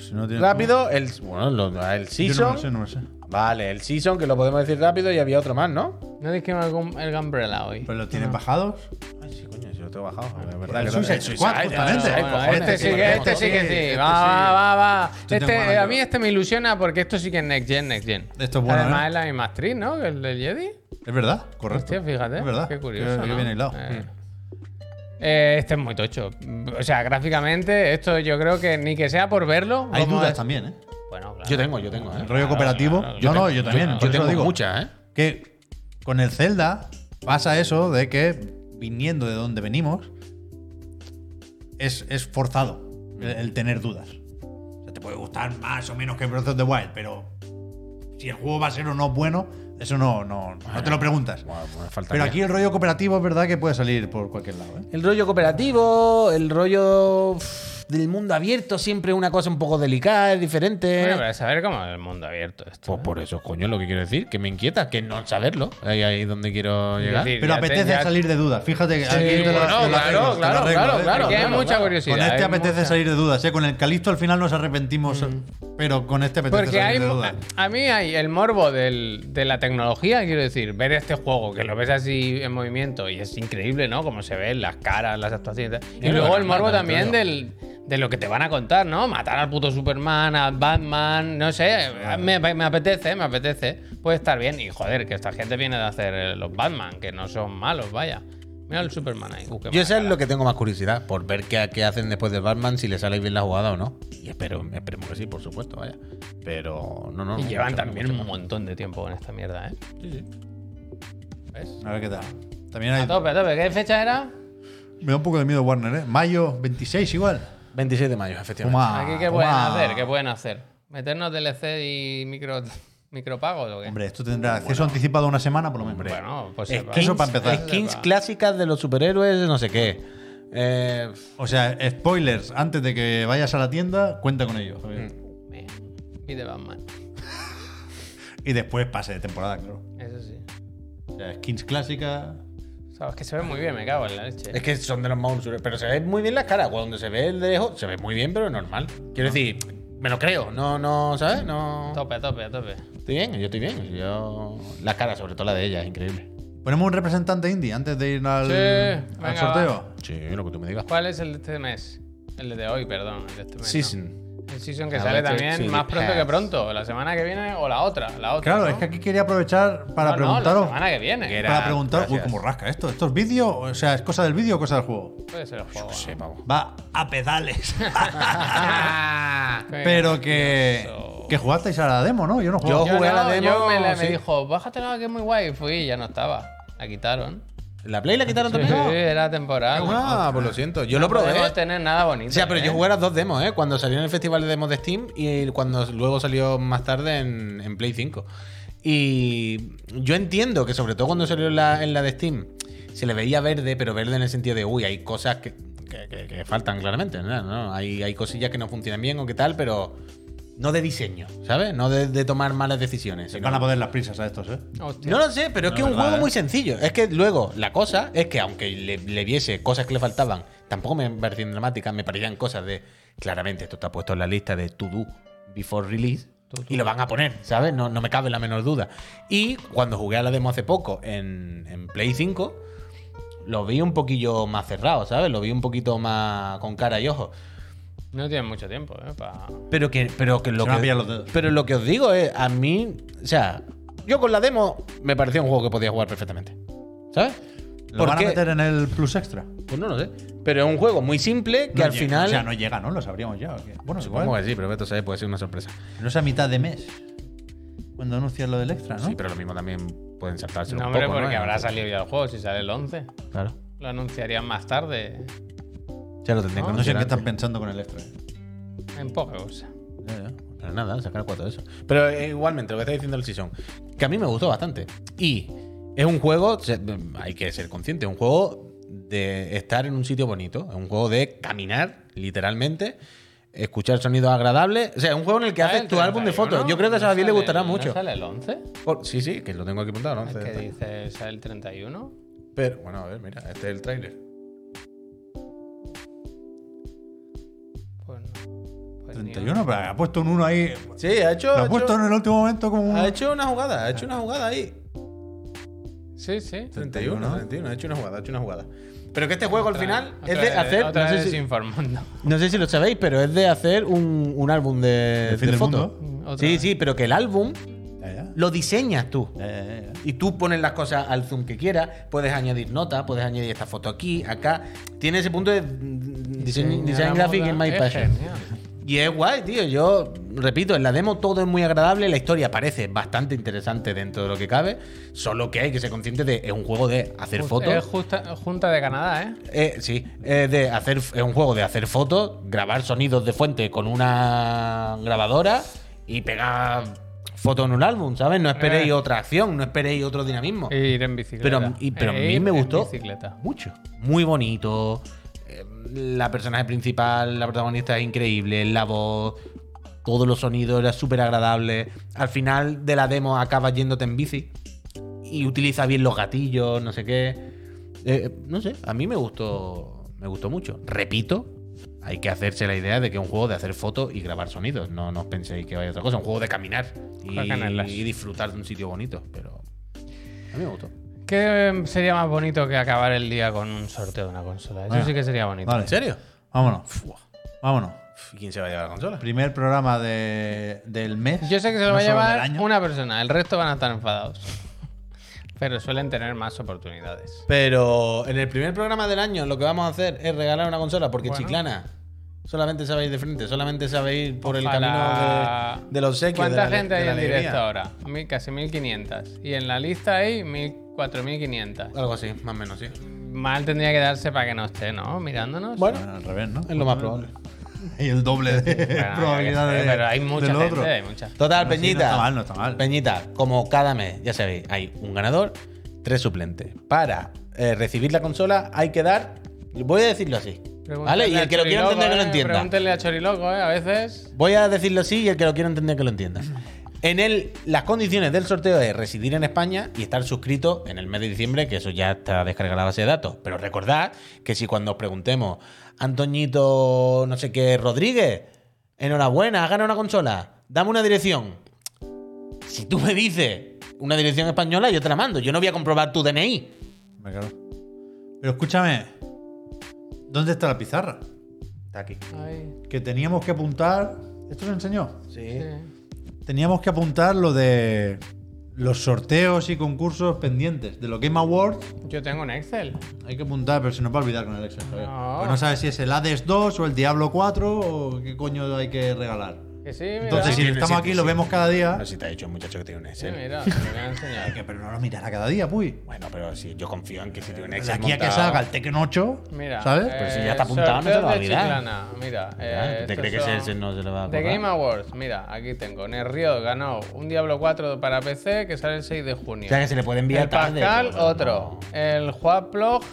Si no tienes-
Rápido, el, bueno, lo- el
Yo no me lo
Season.
sé, no me lo sé.
Vale, el Season, que lo podemos decir rápido, y había otro más, ¿no?
No dijimos algún- el Gambrella hoy.
¿Pero Pues lo tienen bajados?
Ay, sí, coño, si lo tengo bajado. Es verdad
El
que
Suicide
el
Squad,
Suicide,
justamente.
el Suicide,
Bueno,
cojones,
este sí
lo
que,
tenemos
este sí que
Sí,
sí.
este
Va, va,
sí.
va, va.
Este
Este,
tengo ganas
a
yo.
mí este me ilusiona porque esto sí que es Next Gen, Next Gen.
Esto es bueno,
Además
¿eh?
es la misma actriz, ¿no? Que el del Jedi.
Es verdad, correcto.
Hostia, fíjate.
Es verdad.
Qué curioso.
Qué- qué
¿no?
bien aislado.
Eh, eh, este es muy tocho. O sea, gráficamente, esto yo creo que ni que sea por verlo.
Hay
como
dudas
es-
también, ¿eh?
Bueno, claro.
Yo tengo, yo tengo, ¿eh?
El rollo cooperativo.
Ah, claro,
Yo no, yo también. por
Yo
eso
tengo
digo
muchas, ¿eh?
Que con el Zelda pasa eso de que viniendo de donde venimos es, es forzado el, el tener dudas. O sea, te puede gustar más o menos que Breath of the Wild, pero si el juego va a ser o no bueno, eso no, no, no te lo preguntas. Pero aquí el rollo cooperativo es verdad que puede salir por cualquier lado, ¿eh?
El rollo cooperativo, el rollo. uf, del mundo abierto siempre es una cosa un poco delicada, es diferente.
Bueno, pero saber cómo es el mundo abierto esto.
Pues por eso, coño, lo que quiero decir, que me inquieta, que no saberlo. Ahí ahí es donde quiero
Quiero
llegar.
decir,
Pero
ya te-
apetece
ya-
salir de dudas. Fíjate que
Sí,
aquí te la- te
bueno,
la
claro,
arreglo, te la
claro,
arreglo,
claro,
¿eh?
claro,
Porque
que hay
claro,
mucha
claro.
curiosidad,
Con este
hay
apetece
mucha.
salir de dudas. ¿eh? Con el Calixto al final nos arrepentimos, pero con este apetece
Mm. Porque
salir
hay,
de dudas.
a, a mí hay el morbo del- de la tecnología, quiero decir, ver este juego, que lo ves así en movimiento y es increíble, ¿no? Como se ven las caras, las actuaciones. Y, tal. y luego el morbo también del, de lo que te van a contar, ¿no? Matar al puto Superman, a Batman, no sé, me, me apetece, me apetece. Puede estar bien, y joder, que esta gente viene de hacer eh, los Batman, que no son malos, vaya. Mira el Superman ahí. uh, qué
Yo
mala
eso es
cara.
lo que tengo más curiosidad, por ver qué, qué hacen después de Batman, si le sale bien la jugada o no. Y espero, esperemos que sí, por supuesto, vaya. Pero no, no.
Y
no,
llevan
mucho,
también
mucho
un montón de tiempo con esta mierda, ¿eh?
A ver qué tal. También
A
hay,
tope, a tope. ¿Qué fecha era?
me da un poco de miedo Warner, ¿eh? Mayo 26 igual.
más. 26 de mayo, efectivamente.
Toma,
Aquí qué pueden
Ah, toma.
hacer, qué pueden hacer. Meternos DLC y micro micropagos o qué.
Hombre, esto tendrá acceso anticipado una semana por lo menos.
bueno, pues
Es
va.
que eso para empezar.
Skins clásicas de los superhéroes, no sé qué. Eh,
O sea, spoilers, antes de que vayas a la tienda, cuenta con ello. Javier.
Bien. Y de Batman.
Y después pase de temporada, claro.
Eso sí.
O sea, skins clásicas.
Sabes que se ve muy bien, me cago en la leche.
es que son de los más usureros, Pero se ven muy bien las caras. Cuando se ve el de lejos, se ve muy bien, pero normal. Quiero decir, me lo creo. No, no, ¿sabes? No.
A tope, a tope, a tope.
Estoy bien, yo estoy bien. Yo... Las caras, sobre todo la de ella, es increíble.
Ponemos un representante indie antes de ir al,
Sí,
al
venga,
sorteo.
Sí, lo que tú me digas.
¿Cuál es el de este mes? El de hoy, perdón. El de este mes. ¿no?
Season.
El season que
A
sale
ver, sí,
también
sí,
más pronto
pass.
que pronto. La semana que viene o la otra. La otra
Claro,
¿no? Ah,
es que aquí quería aprovechar para
No, no,
preguntaros.
la semana que viene.
para preguntar, uy, cómo rasca esto. ¿Esto es vídeo? O sea, ¿es cosa del vídeo o cosa del juego?
Puede ser el juego.
Sí, vamos.
Va a pedales.
¿no? Qué
Pero que,
gracioso.
que jugasteis a la demo, ¿no? Yo no
Yo
juego.
Yo
jugué a la
no,
demo,
yo me, la- me
sí.
dijo, bájatela que es muy guay. Fui y ya no estaba. La quitaron.
¿La Play la quitaron
Sí,
también?
era temporal.
Ah, pues lo siento. Yo
No
lo probé.
podemos tener nada bonito.
O sea, pero
¿eh?
yo jugué a las dos demos, ¿eh? Cuando salió en el festival de demos de Steam y cuando luego salió más tarde en, en Play 5. Y yo entiendo que sobre todo cuando salió en la, en la de Steam se le veía verde, pero verde en el sentido de, uy, hay cosas que, que- que- que faltan claramente, ¿no? ¿no? Hay, hay cosillas que no funcionan bien o qué tal, pero no de diseño, ¿sabes? No de, de tomar malas decisiones.
Se
sino-
van a poner las prisas a estos, ¿eh?
Hostia.
no lo sé, pero es que es un
verdad,
juego
¿eh?
muy sencillo. Es que luego, la cosa es que aunque le, le viese cosas que le faltaban, tampoco me parecían dramáticas, me parecían cosas de. Claramente, esto está puesto en la lista de to do before release. Y lo van a poner, ¿sabes? No, no me cabe la menor duda. Y cuando jugué a la demo hace poco en, en Play 5, lo vi un poquillo más cerrado, ¿sabes? Lo vi un poquito más con cara y ojos.
No tienen mucho tiempo, ¿eh? pa-
Pero que, pero que lo
Se me han
que.
pillado los dedos.
Pero lo que os digo es, a mí. O sea, yo con la demo me parecía un juego que podía jugar perfectamente. ¿Sabes?
¿Lo
¿Por
van
qué?
a meter en el Plus Extra?
Pues no lo sé. Pero es un juego muy simple que
No
al
llega,
final.
O sea, no llega, ¿no? Lo sabríamos ya. ¿o qué? Bueno,
Supongo
igual.
que sí, pero esto sabe, puede ser una sorpresa.
No es a mitad de mes. Cuando anuncias lo del Extra, ¿no?
Sí, pero lo mismo también pueden saltarse
No,
un
hombre,
poco.
porque
¿no?
habrá salido ya el juego si sale el 11.
Claro.
Lo anunciarían más tarde.
Ya lo tendré que
no sé
anunciar
en qué
antes.
están pensando con el Extra. ¿eh?
En poca cosa.
Ya, ya. Pero nada, sacar cuatro de eso. Pero eh, igualmente, lo que está diciendo el Season, que a mí me gustó bastante. Y es un juego, se- hay que ser consciente, es un juego de estar en un sitio bonito, es un juego de caminar, literalmente, escuchar sonidos agradables. O sea, es un juego en el que
Ah,
haces tu álbum de fotos. Yo creo que a Xavier le gustará mucho.
¿Sale el 11?
Por- sí, sí, que lo tengo aquí apuntado,
Es
11.
que dice, sale el 31.
Pero bueno, a ver, mira, este es el tráiler.
Pues no. Pues ni
31, pero ha puesto un 1 ahí.
Sí, ha hecho,
Lo
ha
ha puesto
hecho,
en el último momento como un.
ha hecho una jugada, ha hecho una jugada ahí.
uno. Sí, sí.
31, 31, ha hecho una jugada, ha hecho una jugada. Pero que este juego al
Otra-
final
otra
es de
vez-
hacer.
Otra
no sé
vez
si-
informando.
No sé si lo sabéis, pero es de hacer un, un álbum de,
fin
de
del
fotos.
mundo. Otra
Sí,
vez.
sí, pero que el álbum
Ya, ya.
lo diseñas tú.
Ya, ya, ya, ya.
Y tú pones las cosas al zoom que quieras, puedes añadir nota, puedes añadir esta foto aquí, acá. Tiene ese punto de mm, design, design graphic in my
Es
passion.
genial.
Y es guay, tío. Yo repito, en la demo todo es muy agradable, la historia parece bastante interesante dentro de lo que cabe, solo que hay que ser consciente de es un juego de hacer
Just-
fotos.
Es justa- junta de Canadá, ¿eh?
Eh, sí, eh, de hacer, es un juego de hacer fotos, grabar sonidos de fuente con una grabadora y pegar fotos en un álbum, ¿sabes? No esperéis
Eh.
otra acción, no esperéis otro dinamismo.
E ir en bicicleta.
Pero- y- pero a
E
mí
ir
me
en
gustó.
bicicleta.
Mucho. Muy bonito. eh, la personaje principal, la protagonista es increíble, la voz, todos los sonidos era súper agradable. Al final de la demo acabas yéndote en bici y utiliza bien los gatillos, no sé qué. Eh, no sé, a mí me gustó, me gustó mucho. Repito, hay que hacerse la idea de que es un juego de hacer fotos y grabar sonidos. No, no os penséis que vaya a otra cosa. Un juego de caminar y,
Bacanales.
y disfrutar de un sitio bonito. Pero a mí me gustó.
¿Qué eh, sería más bonito que acabar el día con un sorteo de una consola? Eso
Bueno,
sí que sería bonito.
Vale.
¿En serio?
Vámonos. Vámonos.
Uf, ¿Quién se va a llevar la consola?
Primer programa de- del mes.
Yo sé que se lo
No
va a
solo del
llevar
año.
una persona, el resto van a estar enfadados. Pero suelen tener más oportunidades.
Pero en el primer programa del año lo que vamos a hacer es regalar una consola porque
Bueno.
Chiclana solamente sabe ir de frente, solamente sabe ir por
Ojalá.
el camino de, del obsequio. de
¿Cuánta
la ale-
gente
de
hay
la
en
alegría.
directo ahora? Mil- Casi 1500. Y en la lista hay mil- 4500.
Algo así, más o menos, sí.
Mal tendría que darse para que no esté, ¿no? Mirándonos.
Bueno, al revés, ¿no?
Es lo más probable.
Y el doble de
Bueno,
probabilidad
yo qué
de.
sé, pero hay mucha
del
gente,
otro.
hay mucha gente.
Total,
No, sí, no
Peñita.
está mal, no está mal.
Peñita, como cada mes, ya sabéis, hay un ganador, tres suplentes. Para eh, recibir la consola hay que dar. Voy a decirlo así. ¿Vale? Y el que lo quiera
quiero
entender, que lo entienda.
Pregúntenle a eh, Choriloco, ¿eh? A veces.
Voy a decirlo así y el que lo quiera entender que lo entienda. En él, las condiciones del sorteo es residir en España y estar suscrito en el mes de diciembre, que eso ya está descargada la base de datos. Pero recordad que si cuando os preguntemos, Antoñito, no sé qué, Rodríguez, enhorabuena, has ganado una consola, dame una dirección. Si tú me dices una dirección española, yo te la mando. Yo no voy a comprobar tu DNI.
Me cago. Pero escúchame. ¿Dónde está la pizarra?
Está aquí.
Ay,
Que teníamos que apuntar. ¿Esto lo enseñó?
sí.
Teníamos que apuntar lo de los sorteos y concursos pendientes. De los Game Awards
Yo tengo un Excel.
hay que apuntar, pero se nos va a olvidar con el Excel. Javier.
No.
Porque no sabes si es el Hades 2 o el Diablo 4 o qué coño hay que regalar.
Que sí, mira.
Entonces, si
Sí,
estamos
sí,
aquí,
sí,
lo
sí.
vemos cada día.
No sé si te ha dicho el muchacho que tiene un
Sí,
Excel.
mira, te lo voy a enseñar.
Que- Pero no lo mirará cada día, puy.
Bueno, pero si yo confío en que si tiene un
De
Excel.
aquí a que
montado-
salga el Tekken 8,
Mira, eh,
¿sabes?
Pero Pues si ya está apuntado, no se
sorteos
lo va a
de
olvidar.
Chiclana, Mira, eh,
¿Te
estos
crees que
son
ese- ese no se le va a
The
acordar?
Game Awards, mira, aquí tengo. Nerriot ganó un Diablo 4 para PC que sale el 6 de junio.
O sea, que se le puede enviar
el
tarde,
Pascal,
pero no.
otro. El Juan Plog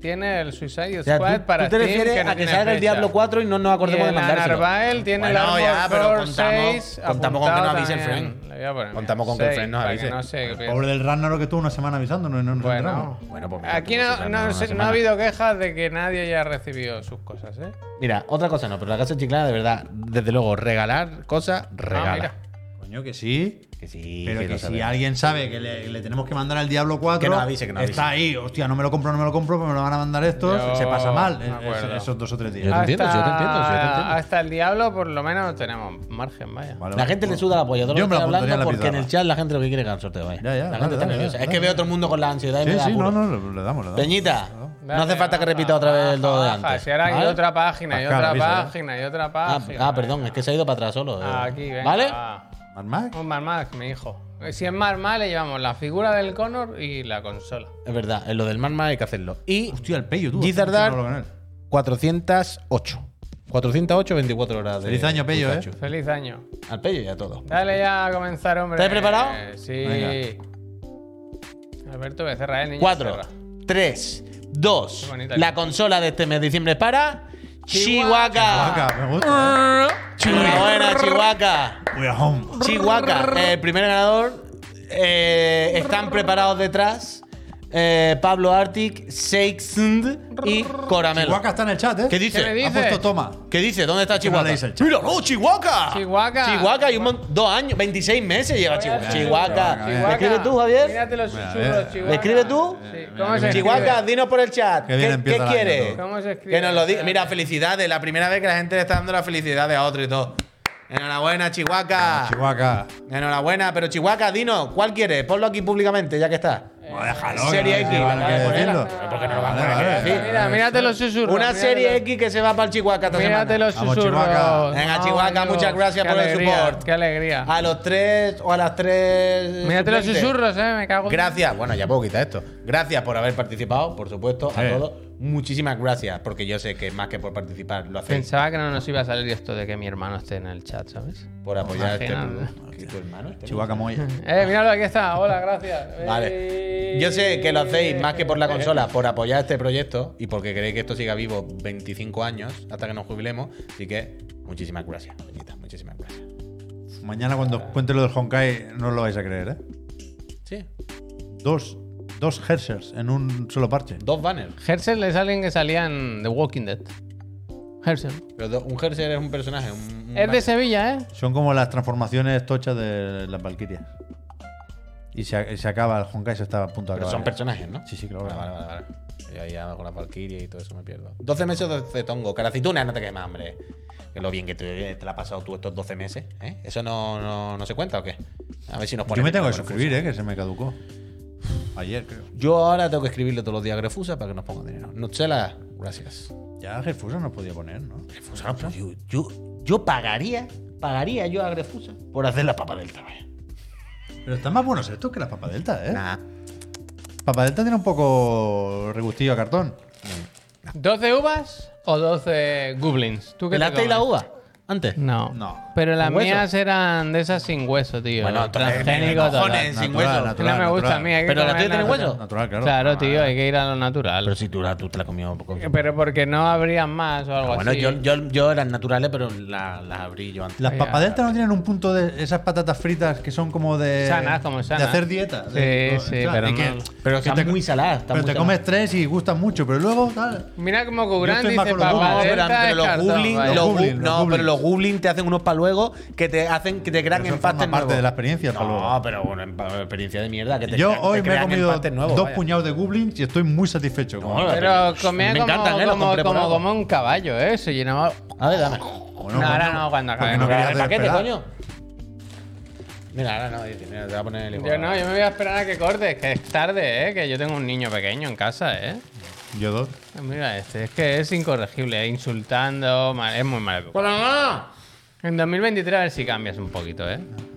tiene el Suicide
O sea,
Squad
tú,
para
tú te
Steam,
refieres
que no
a que
tiene
salga el
fecha.
Diablo 4 y no nos
Y
acordemos de
el
mandárselo.
Anarbael tiene el
Bueno,
Armor
ya, pero
Core
contamos-
6
contamos con que nos
apuntado
avise el
también.
Fren.
Le voy a poner, mira,
Contamos con que el
6,
Fren nos
para que
avise.
no se-
Pobre del Ragnarok que estuvo una semana avisando, no, no nos
Bueno,
enteramos.
Bueno, pues mira,
aquí
tú,
no,
Susana,
no
una
se- no
semana.
ha habido quejas de que nadie haya recibido sus cosas, ¿eh?
Mira, otra cosa no, pero la casa chiclana, de verdad, desde luego, regalar
Ah,
cosas, regala.
Coño, que sí.
que sí,
Pero que
lo
si
sabemos.
alguien sabe que le, le tenemos que mandar al Diablo 4,
Que nos avise, que nos avise.
está ahí, hostia, no me lo compro, no me lo compro, pero me lo van a mandar estos,
Yo
se pasa mal
me
es-
acuerdo.
es- esos dos o tres días.
Yo te entiendo, yo te entiendo, yo te entiendo.
Hasta el diablo, por lo menos, tenemos margen, vaya.
Vale,
La
vale,
gente le
bueno.
suda la polla, todo
Yo me
lo que
la apuntaría
estoy
en
hablando
la
porque en
pizarra.
el chat la gente lo que quiere es ganar sorteo, vaya.
Ya, ya,
la
dale,
gente está
dale,
nerviosa.
dale,
es que
dale.
veo a todo el mundo con la ansiedad y me
Sí,
da
sí, no,
apuro.
no, le damos, le damos.
Peñita, no hace
Dale,
falta que
baja,
repita otra vez el
baja,
todo de
baja.
antes.
Si ahora hay
¿vale?
otra página, y
Pascal,
otra
avisa, ¿eh?
página, y otra
Ah,
página. Ah,
ah, perdón, es que se ha ido para atrás solo. eh.
Aquí, venga.
¿Vale?
va.
Mad Max.
Un Marmal, mi hijo. Si es Marmal, le llevamos la figura del Connor y la consola.
Es verdad, en lo del Marma hay que hacerlo. Y
Hostia, el pello, tú.
Gizzard
hostia,
Dark.
no hablo con él.
408. 408, 24 horas de.
Feliz año, Pello, ¿eh?
Pikachu.
Feliz año.
Al pello y a todo.
Dale ya a comenzar, hombre.
¿Estás preparado?
Sí. Alberto Becerra, el ¿eh, niño.
4,
Becerra.
3, 2.
Qué bonita.
La consola de este mes de diciembre es para. Chihuahua.
Vaca, me
Ah.
gusta.
Enhorabuena, Chihuahua.
eh. We are home.
Chihuahua, el primer ganador. Eh, están preparados detrás eh, Pablo Artic, Seixnd y Coramelo.
Chihuahua está en el chat, ¿eh?
¿Qué dice?
¿Qué me
Ha
dice?
puesto toma.
¿Qué dice? ¿Dónde está
Que no
Chihuahua?
leéis el chat.
¡Mira, no, Chihuahua!
Chihuahua.
Chihuahua, hay un mon- dos años, 26 meses lleva Ah, Chihuahua.
Ah,
Chihuahua. ¿Le escribes tú, Javier?
Mírate los susurros, Chihuahua.
¿Le escribes tú?
Sí. ¿Cómo se
Chihuahua,
escribe?
dinos por el chat.
Que bien
¿Qué,
empieza el
qué
año,
quieres?
todo.
¿Cómo se escribe?
Que nos lo diga. Mira, felicidades. La primera vez que la gente le está dando las felicidades a otro y todo. Enhorabuena, Chihuahua.
Chihuahua.
Eh, Enhorabuena, pero Chihuahua, dinos, ¿cuál quieres? Ponlo aquí públicamente, ya que está.
No, déjalo.
Serie
que-
X,
que
vale,
hay que
vale,
decirlo.
vale.
Porque no lo van a
poner,
poner.
sí.
Mira, mírate los susurros.
Una
mírate
serie
los-
X que se va para el Chihuahua esta
Mírate
semana.
los
Vamos,
susurros.
Chihuahua.
Venga, Chihuahua,
amigo,
muchas gracias
qué
por el
alegría,
support. Ah,
Qué alegría.
A los tres o a las tres.
Mírate los
suplentes.
susurros, eh, me cago en-
Gracias, bueno, ya puedo quitar esto. Gracias por haber participado, por supuesto, a
Sí.
todos. Muchísimas gracias, porque yo sé que más que por participar, lo hacéis
Pensaba que no nos iba a salir esto de que mi hermano esté en el chat, ¿sabes?
por apoyar este
Imagínate.
producto. ¿Que tu hermano este esté-
Chihuahua
Eh, míralo, aquí está. Hola, gracias. Eh.
Vale. Yo sé que lo hacéis más que por la consola, por apoyar este proyecto y porque queréis que esto siga vivo 25 años hasta que nos jubilemos. Así que muchísimas gracias, Peñita, muchísimas gracias.
Mañana cuando os cuente lo del Honkai no lo vais a creer, ¿eh?
Sí,
Dos, dos Hersers en un solo parche.
dos banners.
Hersel es alguien que salía en The Walking Dead. Hersel.
Pero do- un Herser es un personaje. Un, un
Es de
banner.
Sevilla, ¿eh?
Son como las transformaciones tochas de las Valkyrias. Y se, se acaba el Honkai, se está a punto de
Pero
acabar.
son personajes, ¿no?
Sí, sí, claro.
Vale, vale, vale. vale. Yo ahí ya con la Valkyria y todo eso me pierdo. 12 meses de cetongo. Caracituna, no te quemes, hombre. Que lo bien que te, te la has pasado tú estos 12 meses. ¿eh? ¿Eso no, no, no se cuenta o qué? A ver si nos pones.
Yo me tengo que suscribir, ¿eh? Que se me caducó. Ayer, creo.
Yo ahora tengo que escribirle todos los días a Grefusa para que nos ponga dinero. Nuchela, gracias.
Ya Gerfusa no podía poner, ¿no?
Grefusa, no, yo, yo, yo pagaría, pagaría yo a Grefusa por hacer la papa del trabajo.
Pero están más buenos estos que las Papa Delta, ¿eh?
Nah.
Papa Delta tiene un poco regustillo a cartón.
¿12 uvas o 12 goblins? ¿Tú qué te
¿Pelaste y la
comes?
uva? Antes.
No.
No.
Pero las
¿Con hueso?
mías eran de esas sin hueso, tío.
entonces,
Transgénico
cojones,
total.
sin
Natural,
hueso.
natural.
Que no me gusta a mí. hay que
¿Pero la
comer
tuya tiene
natural.
hueso?
Natural, claro. Ah.
Claro, tío, hay que ir a lo natural.
Pero si tú, la- tú te la comió poco.
Pero porque no habrían más o algo
bueno,
así.
yo, yo, yo eran naturales, pero la- las abrí yo antes.
Las
Ya,
papadeltas no tienen un punto de esas patatas fritas que son como de.
Sanas, como sanas.
De hacer dieta.
Sí,
de-
sí,
o sea,
pero
y que-
no-
Pero
que
están muy saladas.
pero
están muy
te
saladas.
comes tres y gustan mucho, pero luego tal.
Mira como
Yo
Gurán
estoy más
dice
con los
papá
goblins.
No, pero
delta
antes
es
los
cartón,
goblin,
vale.
los
Goblin,
gu-
los
no,
goblin.
pero los goblin te hacen unos paluegos que te hacen que te crean
Eso forma parte
empastes nuevos.
de la experiencia,
No,
paluego.
pero bueno, empa- experiencia de mierda que te
Yo
crean-
hoy me
te
he
crean
comido
empates nuevos,
dos
vaya.
puñados de goblins y estoy muy satisfecho. con-
No,
Pero
Me
comía como,
encantan, ¿eh? Los
como,
compré por
como-
algo.
como un caballo, ¿eh? Se llenaba...
A ver, dame.
Bueno,
no, ahora
coño,
no, cuando
porque
acabe.
no quería
Mira, el paquete,
desesperar.
coño. Mira, ahora no, dice, mira, te voy a poner el hijo.
Yo no, yo me voy a esperar a que cortes, que es tarde, ¿eh? Que yo tengo un niño pequeño en casa, ¿eh?
Yo dos.
Mira este, es que es incorregible, ¿eh? insultando, mal- es muy mal. educado. En 2023 a ver si cambias un poquito, ¿eh?